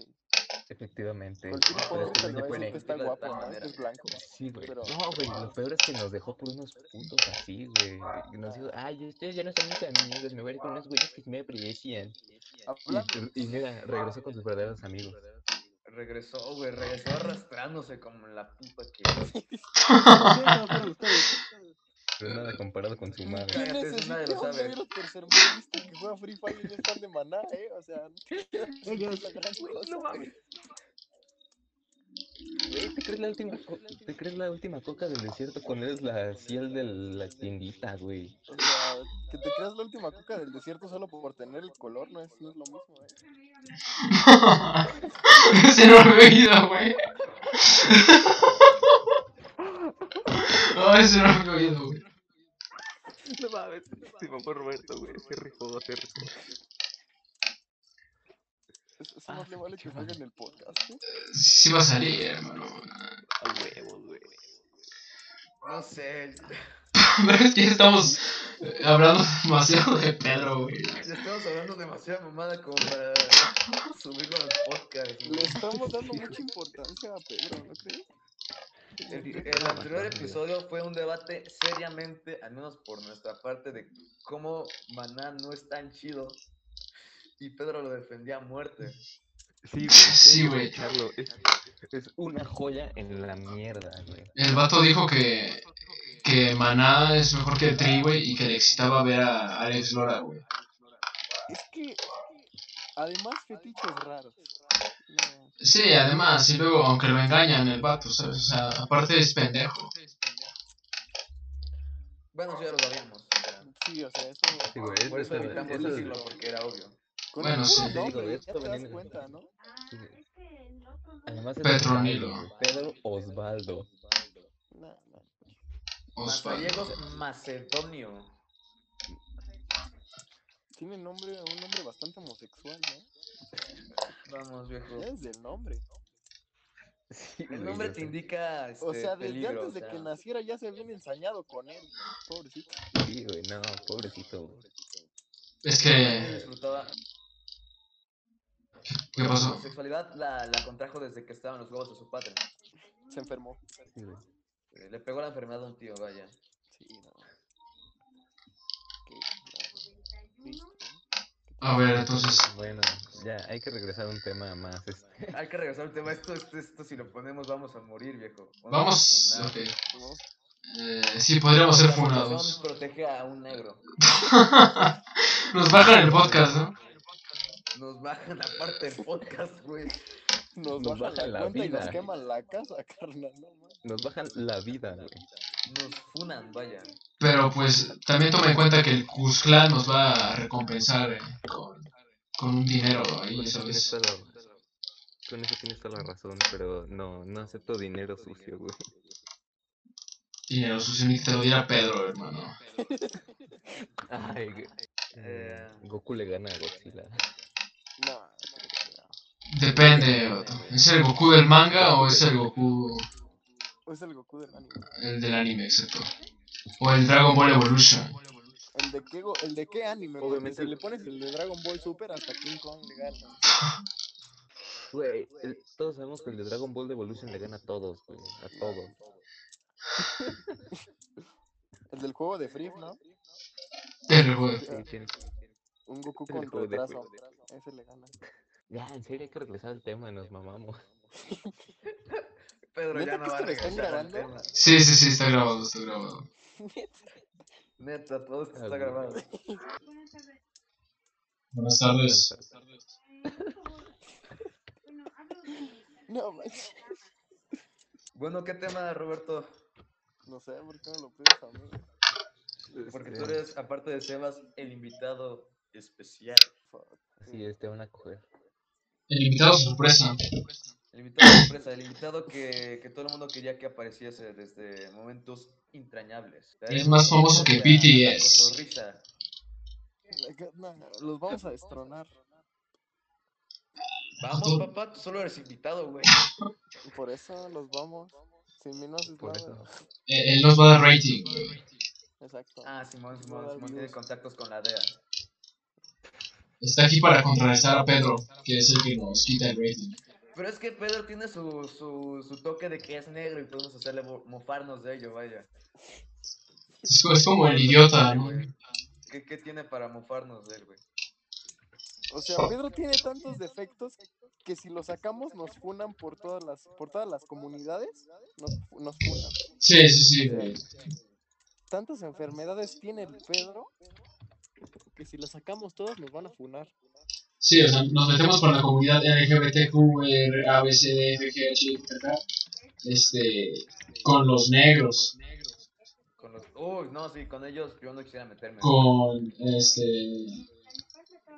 Efectivamente. Cualquier pero es que pobre Pues, sí se le va a decir pone- que está guapo, ¿no? Que es blanco. Sí, güey. pero- No, güey, lo peor es que nos dejó por unos putos así, güey. Y Nos dijo, ay, ustedes ya no son mis amigos, me voy a ir con unos güeyes que sí me aprecian. Hablando Y, y mira, regresó con sus verdaderos amigos. Regresó, güey, regresó arrastrándose como la puta que. Ustedes no fueron ustedes. Pero nada comparado con su madre. Que Cállate, eso nadie lo necesita un sabe. negro tercermundista que juega Free Fire y es fan de Maná, ¿eh? O sea, no te creas que Ellos. es la gran Güey, cosa, no güey. mames. Güey, ¿Te crees la última, co- te crees la última coca del desierto cuando eres la ciel de la tiendita, güey? O sea, que te creas la última coca del desierto solo por tener el color, no es, no es lo mismo, ¿eh? Se me olvidó, güey. Ay, se me olvidó, güey. No mames, si me fue Roberto, güey, se rifó, se rifó. Eso, eso Ah, más le vale que salga en el podcast. eh. ¿sí? Sí va a salir, hermano. A huevos, güey. No sé, Pero es que estamos eh, hablando demasiado de Pedro, güey. ya estamos hablando demasiada mamada como para subirlo al podcast. Le güey. estamos dando mucha importancia a Pedro, ¿no crees? El, el anterior episodio fue un debate seriamente, al menos por nuestra parte, de cómo Maná no es tan chido. Y Pedro lo defendía a muerte. Sí, güey. Sí, tienes que güey. echarlo, Es, es una joya en la mierda, güey. El vato dijo que, que Maná es mejor que Tri, güey, y que le excitaba ver a Alex Lora, güey. Es que, además, fetiches raros. No, Sí, además, y luego, aunque lo engañan el vato, ¿sabes? O sea, aparte es pendejo. Bueno, eso ya lo sabíamos. o sea, sí, o sea, eso... Sí, güey, es por eso de- evitamos es de- decirlo, porque era obvio. Con Bueno, el sí. puro Te digo, nombre esto ya te das venía- cuenta, ¿no? Además, es Petronilo. Osvaldo, güey, Pedro Osvaldo. No, no. Osvaldo. Mazariegos Macedonio. Tiene nombre, un nombre bastante homosexual, ¿no? Vamos, viejo. Ya desde el nombre. Sí, El güey, nombre ya te sé. indica. Este, O sea, desde peligro, antes o de que sea, naciera ya se habían ensañado con él. Pobrecito. Sí, güey, no, pobrecito. güey. Es él que, disfrutaba. ¿qué Su pasó? sexualidad la, la contrajo desde que estaba en los huevos de su padre. Se enfermó. Sí, güey. Eh, Le pegó la enfermedad a un tío, vaya. Sí, no. Qué grave. Triste, ¿no? A ver, entonces, Bueno, ya, hay que regresar a un tema más. este, Hay que regresar al tema. Esto, esto, esto, si lo ponemos, vamos a morir, viejo. O no, vamos, o nada. ok. ¿No? Eh, sí, podríamos ser La funados. razón protege a un negro. Nos bajan el podcast, ¿no? Nos bajan aparte del podcast, güey. Nos, Nos bajan baja la, la cuenta y nos vida. queman la casa, carnal. No, mames. Nos bajan la vida, güey. Nos funan, vaya. Pero pues también toma en cuenta que el Kuzclan nos va a recompensar eh, con, con un dinero Con ahí, eso tienes ¿sabes? toda la, con eso tienes toda la razón, pero no, no acepto dinero sucio, güey. Dinero sucio ni que te lo diera Pedro, hermano. Ay, güey. Eh. Mm, Goku le gana a Godzilla. No, no, no. Depende, vato. ¿es el Goku del manga o es el Goku O Es el Goku del anime. el del anime, exacto? O el Dragon Ball Evolution. ¿El de qué, go- el de qué anime? porque Obviamente Si el- le pones el de Dragon Ball Super hasta King Kong le gana. Güey, el- todos sabemos que el de Dragon Ball Evolution le gana a todos, güey. A todos. El del juego de Free, ¿no? El juego. Sí, tiene- Un Goku El del con juego de retraso. Free. Ese le gana. Ya, en serio hay que regresar al tema, nos mamamos. Pedro ya ¿Neta no que va a esto lo están regresar al grabando? tema. Sí, sí, sí, está grabado, está grabado. Neta, todo esto Ah, está güey. grabado. Buenas tardes. No, manches. Bueno, ¿qué tema, Roberto? no sé por qué me lo pides a mí. Porque Este, tú eres, aparte de Sebas, el invitado especial. Fuck. Sí, este van a coger. El invitado sorpresa. El invitado sorpresa, el invitado que, que todo el mundo quería que apareciese desde momentos entrañables. Es más famoso que BTS. Risa. No, no, los vamos a destronar. Vamos, papá, tú solo eres invitado, güey. Por eso los vamos. Sin mí no haces Por nada. eso. Eh, Él nos va a dar rating. güey. Exacto. Ah, Simón, No Simón, da Simón tiene views. contactos con la DEA. Está aquí para contrarrestar a Pedro, que es el que nos quita el rating. Pero es que Pedro tiene su, su, su toque de que es negro y podemos hacerle mo- mofarnos de ello, vaya. Es es como el idiota, Ah, ¿no? ¿Qué, qué tiene para mofarnos de él, güey? O sea, Pedro tiene tantos defectos que si lo sacamos nos funan por todas las, por todas las comunidades, nos, fu- nos funan. Sí, sí, sí, güey. Tantas enfermedades tiene el Pedro que si las sacamos todas nos van a funar. Sí, o sea, nos metemos con la comunidad LGBTQ, R, A, B, C, D, F, G, H, I, J, K, este, con los negros, Con los... Uy, no, sí, con ellos yo no quisiera meterme. Oh. con, este,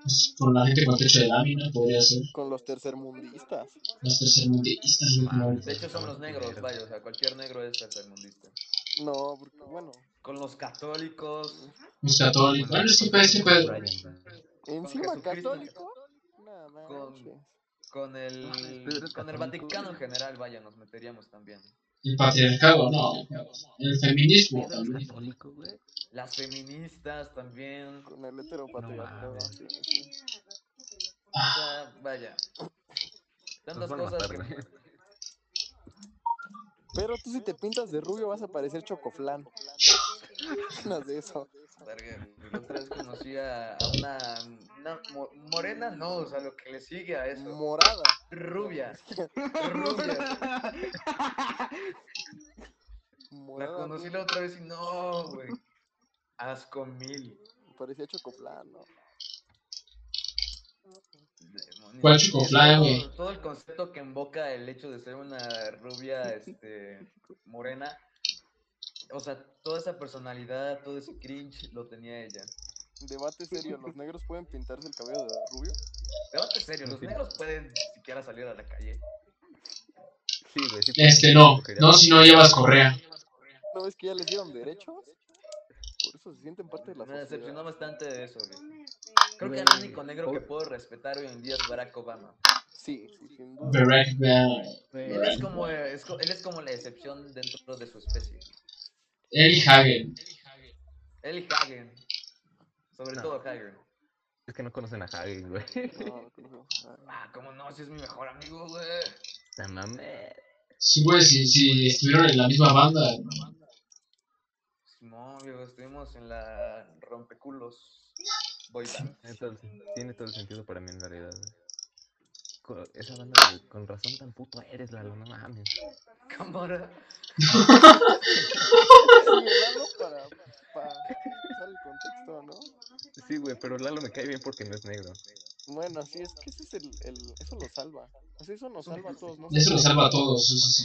pues, con la gente con techo de lámina, podría ser, Con los tercermundistas. los tercermundistas, güey, como- De hecho son los negros, vaya, o sea, cualquier negro es tercermundista. No, porque, bueno, Con los católicos. los católicos, bueno, es que puede, es que pues, puede- encima Jesucristo. católico. No, manches. Con Ah, el, tú eres con el católico. Vaticano en general, vaya, nos meteríamos también. el patriarcado, no, el feminismo también. católico, güey? Las feministas también. Con el heteropatriarcado. mames. sí, sí. O sea, vaya. Tantas van a cosas matar, que... Pero tú si te pintas de rubio vas a parecer chocoflán. Nada de eso. Verga, la otra vez conocí a a una, una mo- morena, no, o sea, lo que le sigue a eso. Morada. Rubia, rubia. La Morada. conocí rubia, la otra vez y no, güey. Asco mil. Parecía chocoflán, ¿no? demonios. ¿Cuál Es chocoflan, todo- güey? Todo el concepto que invoca el hecho de ser una rubia este, morena. O sea, toda esa personalidad, todo ese cringe lo tenía ella. Debate serio, ¿los negros pueden pintarse el cabello de rubio? Debate serio, los Sí. negros pueden siquiera salir a la calle. Sí, güey, sí Este, pueden, no, porque ya- no, si no llevas correa. ¿No ves que ya les dieron derechos? Por eso se sienten parte de la Me decepcionó sociedad. bastante de eso, güey. Creo que el Güey, único negro que oh. puedo respetar hoy en día es Barack Obama. Sí, sí, sin duda. Barack Obama. Él es como, eh, es co- él es como la excepción dentro de su especie. Eric Hagen. Él y Hagen. Sobre No. todo Hagen. Es que no conocen a Javi, güey. No, no conozco. Ah, Ah, cómo no, si es mi mejor amigo, güey. La mames. Sí, güey, si, si estuvieron en la misma banda. Simón, viejo, estuvimos en la rompeculos. Boy band. Tiene todo el sen- Tiene todo el sentido para mí en realidad. güey. Co- Esa banda de con razón tan puto eres, Lalo, no mames. Cámara. sí, Lalo, para, para usar el contexto, ¿no? Sí, güey, pero Lalo me cae bien porque no es negro. Bueno, sí, es que ese es el, el- eso lo salva. O sea, eso nos salva a todos, ¿no? Eso lo salva a todos. sí, sí, sí.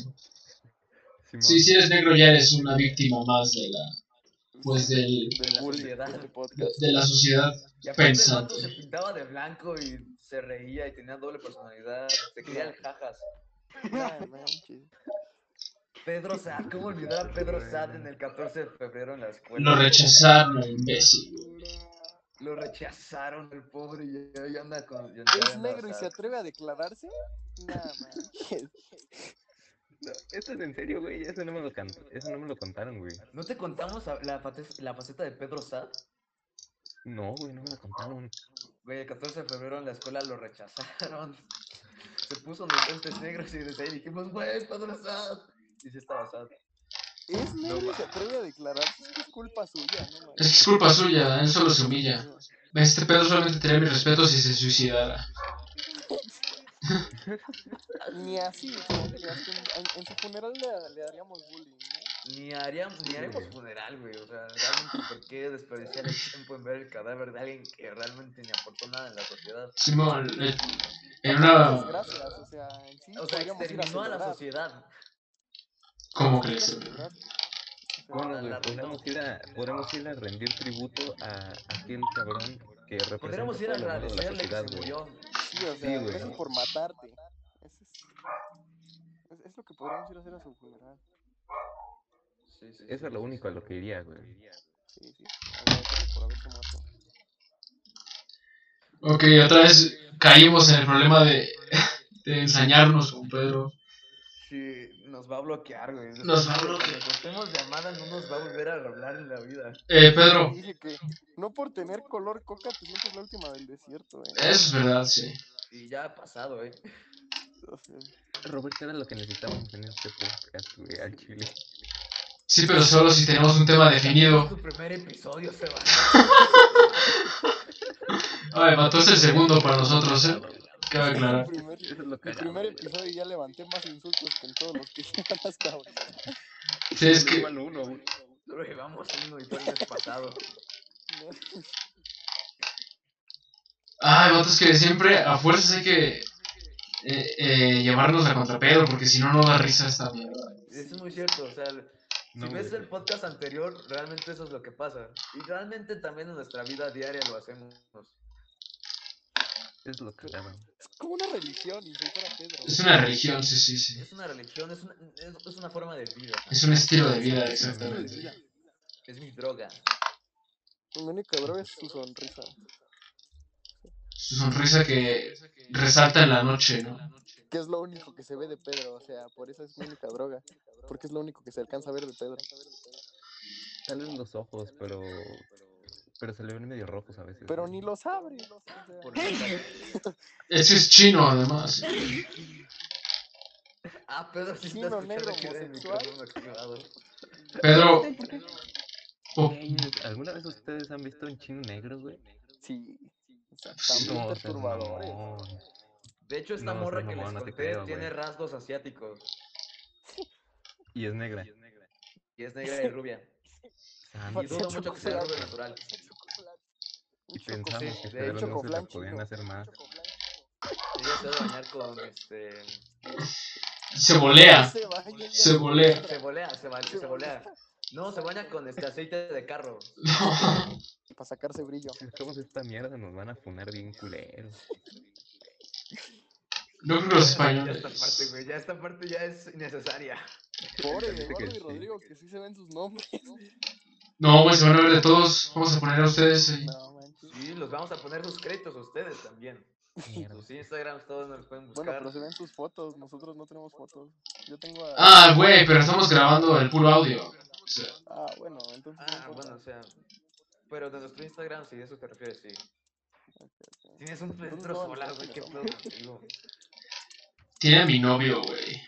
Simón. Sí, si eres negro ya eres una víctima más de la, pues del, Del la bullying sociedad. de este de, podcast. de la sociedad. Y aparte el Pensante. vato se pintaba de blanco y se reía y tenía doble personalidad. Se creía el jajas. No manches. Pedro Sad, ¿cómo olvidar a Pedro Sad en el 14 de febrero en la escuela? Lo rechazaron, imbécil. Lo rechazaron, el pobre, y hoy anda con... y hoy ¿Es anda negro y se sad. atreve a declararse? No manches. No, esto es en serio, güey. Eso no me lo, can- eso no me lo contaron, güey. ¿No te contamos a- la, fate- la faceta de Pedro Sad? No, güey, no me lo contaron. Güey, el 14 de febrero en la escuela lo rechazaron. Se puso unos lentes negros y desde ahí dijimos, güey, Pedro Sad. Y sí estaba sad. ¿Es negro y se atreve a declararse? Es que es culpa suya, ¿no? Es manches. que es culpa suya, él solo se humilla. Este pedo solamente tendría mi respeto si se suicidara. Ni así, ¿no? Ni hasta en, en- en su funeral le, le haríamos bullying, ¿no? Ni, haríamos, ni haremos güey. funeral, güey. O sea, realmente, ¿por qué desperdiciar el tiempo en ver el cadáver de alguien que realmente ni aportó nada en la sociedad? Simón, eh, en Muchas una. gracias, o sea, en sí O sea, podríamos ir a exterminó a la celebrar, sociedad. ¿Cómo ir a crees? celebrar. Bueno, la- güey, la podríamos ir, a, podríamos ir a rendir tributo a a aquel cabrón que representa Podríamos ir a todos los males de la agradecerle que sociedad, se güey. murió. Sí, o sea, Sí, güey. gracias por matarte. Ese Es, es- es lo que podríamos ir a hacer a su funeral. Sí, sí, Eso sí, es lo sí, único a lo que iría, güey. Sí, sí. Agradecerle por haberse muerto. Ok, otra vez caímos en el problema de, de ensañarnos con Pedro. Sí, nos va a bloquear, güey. Nos va a Después de que bloquear. le cortemos de Amada, no nos va a volver a hablar en la vida. Eh, Pedro, Dice que no por tener color coca te sientes la última del desierto, ¿eh? eso es verdad, sí. Y ya ha pasado, ¿eh? O sea, Roberto era lo que necesitábamos en este podcast, güey, al chile. Sí, pero solo si tenemos un tema Es definido. tu primer episodio, se va. Ah, mató el segundo para nosotros, ¿eh? Cabe mi aclarar. primer, Eso es lo mi que primer episodio ya levanté más insultos que en todos los que llevan hasta ahora. Sí, es que Igual uno, güey. Solo llevamos uno y fue el mes pasado. No, Ah, el vato es que siempre a fuerzas hay que eh, eh, llevarnos la contra Pedro, porque si no, no da risa esta mierda. Eso es muy cierto, o sea, No si me ves el dejes. podcast anterior, realmente eso es lo que pasa. Y realmente también en nuestra vida diaria lo hacemos. Es lo que hago. Es como una religión, insultar a Pedro. Es una religión, sí, sí, sí. Es una religión, es una, es, es una forma de vida. Es un estilo de vida, Es un estilo de exactamente. vida. Es mi droga. Mi única droga es su sonrisa. Su sonrisa que resalta en la noche, ¿no? Que es lo único que se ve de Pedro, o sea, por eso es mi única droga. Porque es lo único que se alcanza a ver de Pedro. Tal vez los ojos, pero. Pero se le ven medio rojos a veces. Pero ¿no? ni los abre. o Por sea, Ese es chino, además. Ah, Pedro, si Chino, está escuchando negro, que tiene el homosexual. micrófono activado. Pedro, ¿Saben por qué? oh, Chinos, ¿Alguna vez ustedes han visto un chino negro, güey? Sí. O sea, Sí, están No, bien o sea, perturbadores. mamón. De hecho, esta No, morra seas que les mamón, no te conté creo, güey. tiene rasgos asiáticos. Y es negra. Y es negra y rubia. Santo. Y dudo mucho que sea rubio natural. Y Un pensamos chocoflan. que de pero no hecho, se Coflan la podían chino. hacer más. Ella se va a bañar con este. se volea. Se baña, Se volea. Se volea, se, ba- se volea. No, se baña con este aceite de carro. Para sacarse brillo. Si sacamos esta mierda nos van a funar bien culeros. No creo que los Ya esta parte, españoles. güey, ya esta parte ya es innecesaria. Pobre de que Eduardo sí. y Rodrigo, que sí se ven sus nombres. No, güey, se van a ver de todos. Vamos a poner a ustedes. eh. No, manches. Y los vamos a poner sus créditos a ustedes también. Mierda. Sus Instagrams todos nos los pueden Bueno, buscar. pero se ven sus fotos. Nosotros no tenemos fotos. Yo tengo a. Ah, güey, pero estamos grabando el puro audio. O sea, Ah, bueno, entonces. no Ah, importa. bueno, o sea. Pero de nuestro Instagram, si de eso te refieres, sí. Tienes un filtro Pues no, solar, güey, nosotros qué no. pedo contigo. tiene a mi novio, güey.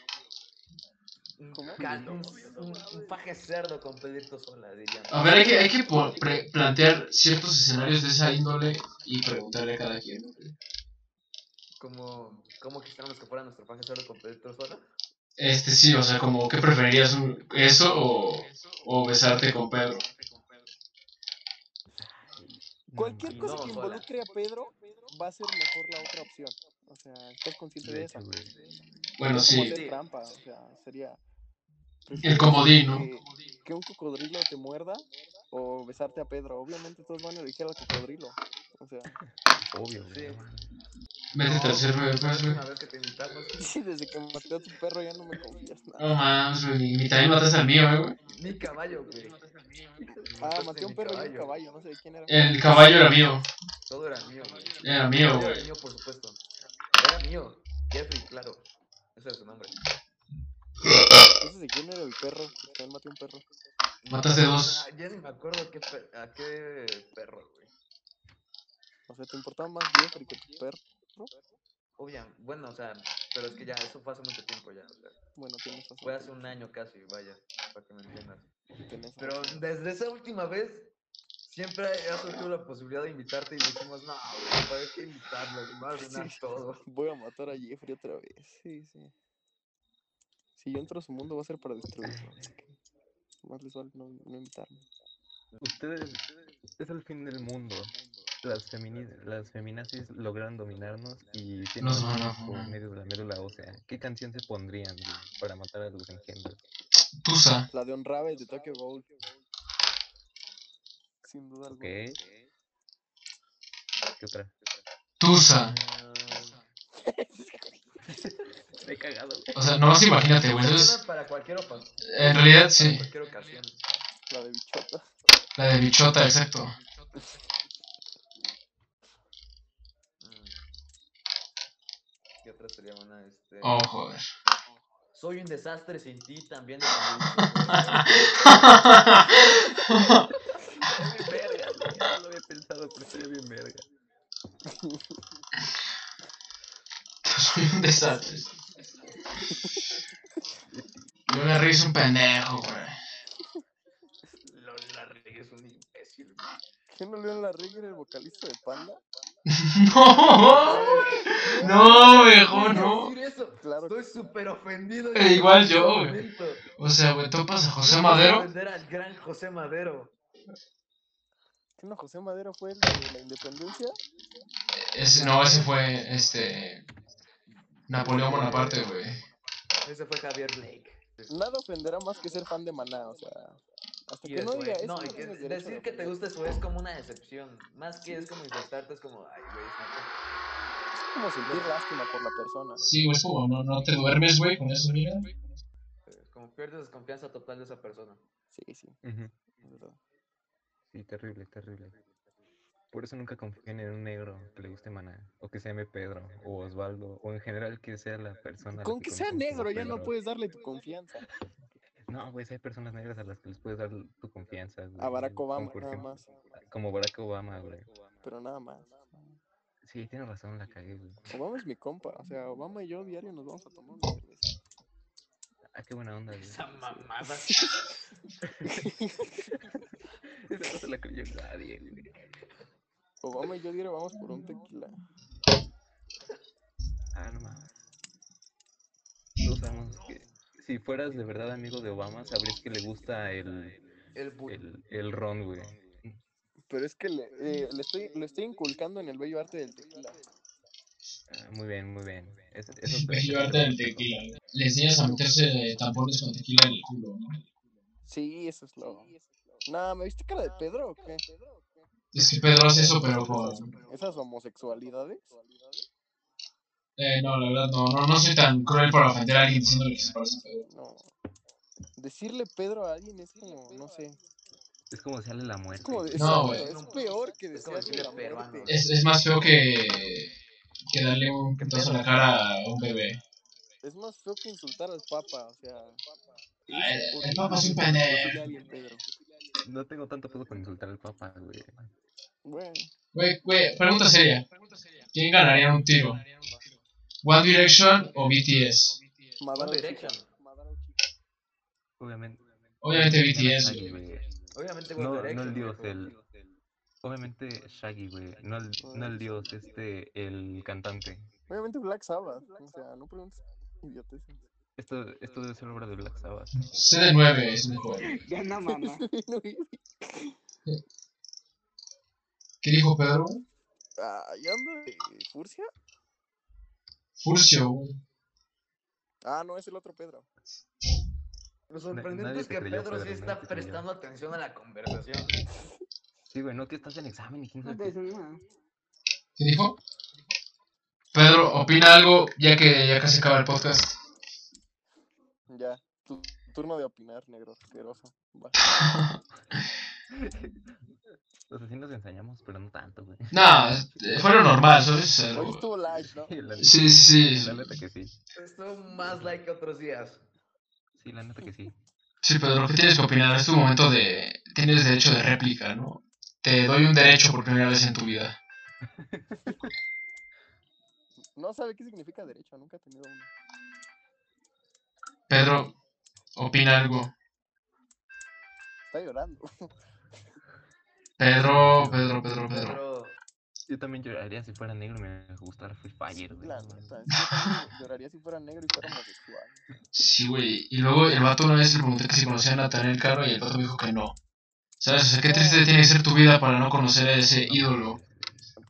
Un ¿Cómo? can- Un, un- un paje cerdo con pelito sola, dirían. A ver, hay que, hay que po- pre- plantear ciertos escenarios de esa índole y preguntarle a cada quien. Como, ¿Cómo quisiéramos que fuera nuestro paje cerdo con pelito sola? Este sí, o sea, como, ¿qué preferirías? un- ¿Eso o, o besarte con Pedro? Mm, No Cualquier mames. cosa no, que sola. involucre a Pedro va a ser mejor la otra opción. O sea, estás consciente de, De eso. hecho, güey. Bueno, Es como sí. hacer trampa, o sea, sería. pues, El comodín, ¿no? Que, que un cocodrilo te muerda o besarte a Pedro. Obviamente todos van a elegir al cocodrilo. O sea, Obvio, güey. Sí. no mames. Métete al server, pues, güey. Una vez que te invitamos. sí, desde que maté a tu perro ya no me confías nada. No mames, güey, ni, ni también mataste al mío, eh, güey. Mi caballo, güey. Ah, Mataste maté a un mi perro y un caballo, no sé de quién era. El caballo era mío. Todo era mío, güey. Era mío, Todo era güey. mío, por supuesto. Era mío. Jeffrey, claro. Ese era su nombre. Entonces, ¿de quién era el perro? Que También maté a un perro. Mataste dos. Ah, ya ni me acuerdo qué per- a qué perro, güey. O sea, te importaba más Jeffrey que tu perro. Obvio, bueno, o sea, pero es que ya, eso fue hace mucho tiempo ya. o sea, Bueno, tienes razón. fue hace un año casi, vaya, para que me entiendas. tienes Pero razón. desde esa última vez, siempre ha surgido la posibilidad de invitarte y decimos, no, güey, pues hay que invitarlo, güey, va a arruinar Sí. todo. Voy a matar a Jeffrey otra vez. Sí, sí. Si yo entro a su mundo va a ser para destruirlo. así que Más les vale no, no invitarme. Ustedes. Es el fin del mundo. Las, femini- las feminazis lograron dominarnos y tienen Nos van a por funar. medio de la médula ósea. ¿Qué canción se pondrían güey, para matar a los engendros? Tusa. La de Honrabe de Tokyo Gold. Sin duda Ok. alguna. ¿Qué otra? Tusa. Me he cagado, güey. O sea, nomás imagínate, güey. Bueno, eso Pues es- para cualquier opa- para En realidad, sí. cualquier ocasión. La de Bichota. La de bichota, exacto. Mm. ¿Qué otra sería buena? Este... Oh, joder. Soy un desastre sin ti también. de Camilo. Está bien verga, güey, No lo había pensado, pero estaría bien verga. Soy un desastre. Yo me río, es un pendejo, güey. Lola Rey es un imbécil. ¿Qué no León Larregui era el vocalista de Panda? No, no, viejo, no. decir eso? Claro que Estoy súper ofendido. Eh, igual en yo, güey. este momento. O sea, güey, topas a José No puedo Madero. Ofender al gran José Madero. ¿Qué no José Madero fue el de la independencia? Ese, no, ese fue este. Napoleón Bonaparte, güey. Ese fue Javier Blake. Nada ofenderá más que ser fan de Maná, o sea. Hasta Y que no después- diga eso. no, y no que tienes derecho decir de que te opinar. gusta eso es como una decepción. Más que es como insultarte, es como, ay, güey, es neta. Es como sentir lástima por la persona. Sí, güey, es como, no, no te duermes, güey, con eso, mira. Eh, Como pierdes desconfianza total de esa persona. Sí, sí, Ujú. es verdad. Sí, terrible, terrible. Por eso nunca confíen en un negro que le guste Maná, o que se llame Pedro, o Osvaldo, o en general que sea la persona. a la Con que sea conozcan como negro ya no Pedro. puedes darle tu confianza. No, güey, si hay personas negras a las que les puedes dar tu confianza. A güey, Barack como Obama por nada ejemplo- más. Como Barack Obama, güey. Pero nada más. Sí, tiene razón, la cagué, güey. Obama es mi compa. O sea, Obama y yo diario nos vamos a tomar una cerveza. Ah, qué buena onda, güey. Esa mamada. Esa no se la creyó nadie, güey. Obama y yo diario vamos por un tequila. Ah, no mames. Todos sabemos que si fueras de verdad amigo de Obama, sabrías que le gusta el, El bull. el, el ron, güey. Pero es que le, eh, le estoy, le estoy inculcando en el bello arte del tequila. Ah, Muy bien, muy bien. Es- eso te- eso te Llevarte el reconozco. tequila. Le enseñas a meterse tampones con tequila en el culo, ¿no? Sí, eso es lo. Nah, ¿me viste cara de Pedro o qué? Es que Pedro hace eso, pero con. ¿Esas homosexualidades? Eh, no, la verdad, no, no, no soy tan cruel para ofender a alguien diciéndole que se parece a Pedro. No. Decirle Pedro a alguien es como, no sé. Es como sale la muerte. Es como de- No, exacto, güey. es peor que Es como desearle la decirle peruano. muerte. Es, es más feo que. que darle un putazo en la cara a un bebé. Es más feo que insultar al Papa, o sea. Ah, el- es el horrible Papa es un decirle a alguien Pedro. No tengo tanto pedo con insultar al papá, güey. Bueno, Güey, güey, pregunta seria. ¿Quién ganaría en un tiro? ¿One Direction o BTS? Madara One Chica. Direction. Madara Chica. Obviamente. Obviamente gana BTS, Shaggy, güey. güey. Obviamente, One No, no Direction. el dios, viejo. el... Obviamente Shaggy, güey. No el, no el dios, este, el cantante. Obviamente Black Sabbath. O sea, no preguntes idioteces. Esto, esto debe ser obra de Black Sabbath. CD9 es mejor. Ya no, mamá. No, y- ¿Qué dijo Pedro? ah, ¿Ya anda de Furcia? Furcio, güey. Ah, no, es el otro Pedro. Lo sorprendente nadie es te que creyó, Pedro sí Pedro, está nadie te creyó. prestando atención a la conversación. Sí, güey, no que estás en examen y quién No sabe te qué. dicen nada. ¿Qué dijo? Pedro, opina algo ya que ya casi acaba el podcast. Ya, tu turno de opinar, negro asqueroso. Va. Los así nos ensañamos, pero no tanto, güey. No, eh, fue lo normal, ¿sabes? Eh, Hoy estuvo live, ¿no? Sí, la, Sí, sí, sí. la neta que sí. Esto más like que otros días. Sí, la neta que sí. Sí, Pedro, ¿qué tienes que opinar? Es tu momento de... Tienes derecho de réplica, ¿no? Te doy un derecho por primera vez en tu vida. No sabe qué significa derecho, nunca ha tenido uno. Pedro, opina algo. Está llorando. Pedro, Pedro, Pedro, Pedro. Pero Yo también lloraría si fuera negro y me gustara Free Fire, güey. La no mames. neta, es que yo también lloraría si fuera negro y fuera homosexual. Sí, güey. Y luego el vato una vez le pregunté que si conocían a Nathaniel Cano y el vato me dijo que no. ¿Sabes? O sea, qué triste tiene que ser tu vida para no conocer a ese No ídolo. mames.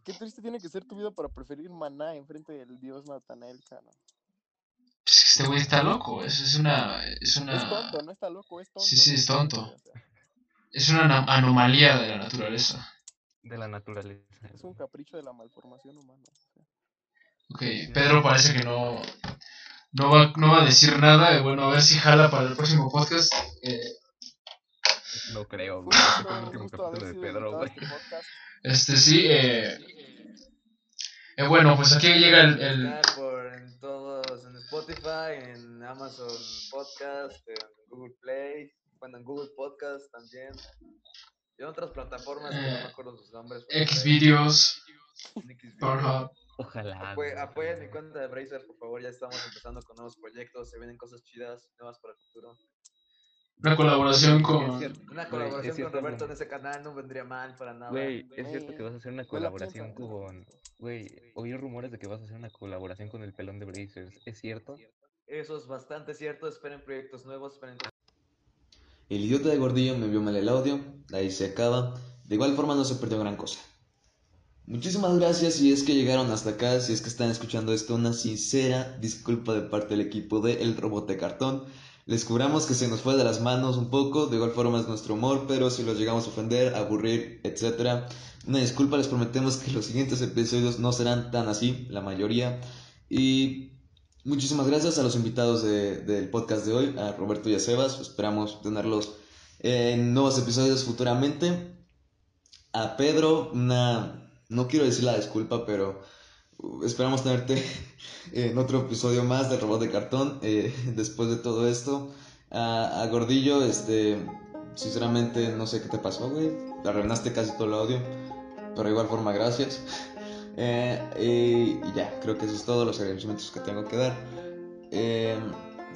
Qué triste tiene que ser tu vida para preferir maná enfrente del dios Natanael Cano. Pues este güey está loco. Es, es una... Es Es una... tonto, no está loco, es tonto. Sí, sí, es tonto. O sea, Es una ana- anomalía de la naturaleza. De la naturaleza. Es un güey. capricho de la malformación humana. o sea. Ok, Pedro parece que no, no, va, no va a decir nada. eh, Bueno, a ver si jala para el próximo podcast. eh, No creo, güey. Este fue el Justo, último justo haber capítulo de sido Pedro, invitado a güey. este podcast. este sí. Eh, eh, bueno, pues aquí llega el, el- está por en todos, en Spotify, en Amazon Podcast, en Google Play, bueno, en Google Podcast también. Y en otras plataformas que no Eh, me acuerdo sus nombres. pero por ahí, X videos, Xvideos. Pornhub. Ojalá. Apue- güey, apoyen mi ojalá. cuenta de Brazers, por favor. Ya estamos empezando con nuevos proyectos. Se vienen cosas chidas, nuevas para el futuro. Una colaboración Es con. cierto, güey, Una es colaboración con cierto, Roberto en güey. ese canal no vendría mal para nada. Güey, es cierto que Güey, vas a hacer una me la colaboración pienso. con. Güey, oí rumores de que vas a hacer una colaboración con el pelón de Brazers. ¿Es cierto? Eso es bastante cierto. Esperen proyectos nuevos, esperen El idiota de Gordillo me envió mal el audio, de ahí se acaba. De igual forma no se perdió gran cosa. Muchísimas gracias si es que llegaron hasta acá, si es que están escuchando esto, una sincera disculpa de parte del equipo de El Robot de Cartón. Les cobramos que se nos fue de las manos un poco, de igual forma es nuestro humor, pero si los llegamos a ofender, aburrir, etc. Una disculpa, les prometemos que los siguientes episodios no serán tan así, la mayoría. Y muchísimas gracias a los invitados de- del podcast de hoy, a Roberto y a Sebas, esperamos tenerlos en nuevos episodios futuramente a Pedro una, no quiero decir la disculpa, pero uh, esperamos tenerte en otro episodio más de Robot de Cartón eh, después de todo esto. A, a Gordillo, este, sinceramente no sé qué te pasó, güey. Te arruinaste casi todo el audio, pero de igual forma, gracias. Eh, eh, y ya, creo que eso es todo, los agradecimientos que tengo que dar. Eh,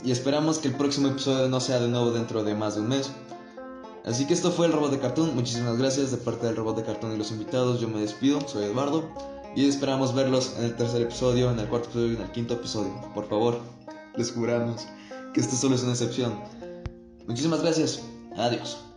y esperamos que el próximo episodio no sea de nuevo dentro de más de un mes. Así que esto fue el Robot de Cartoon. Muchísimas gracias de parte del Robot de Cartoon y los invitados. Yo me despido, soy Eduardo. Y esperamos verlos en el tercer episodio, en el cuarto episodio y en el quinto episodio. Por favor, les juramos que esto solo es una excepción. Muchísimas gracias. Adiós.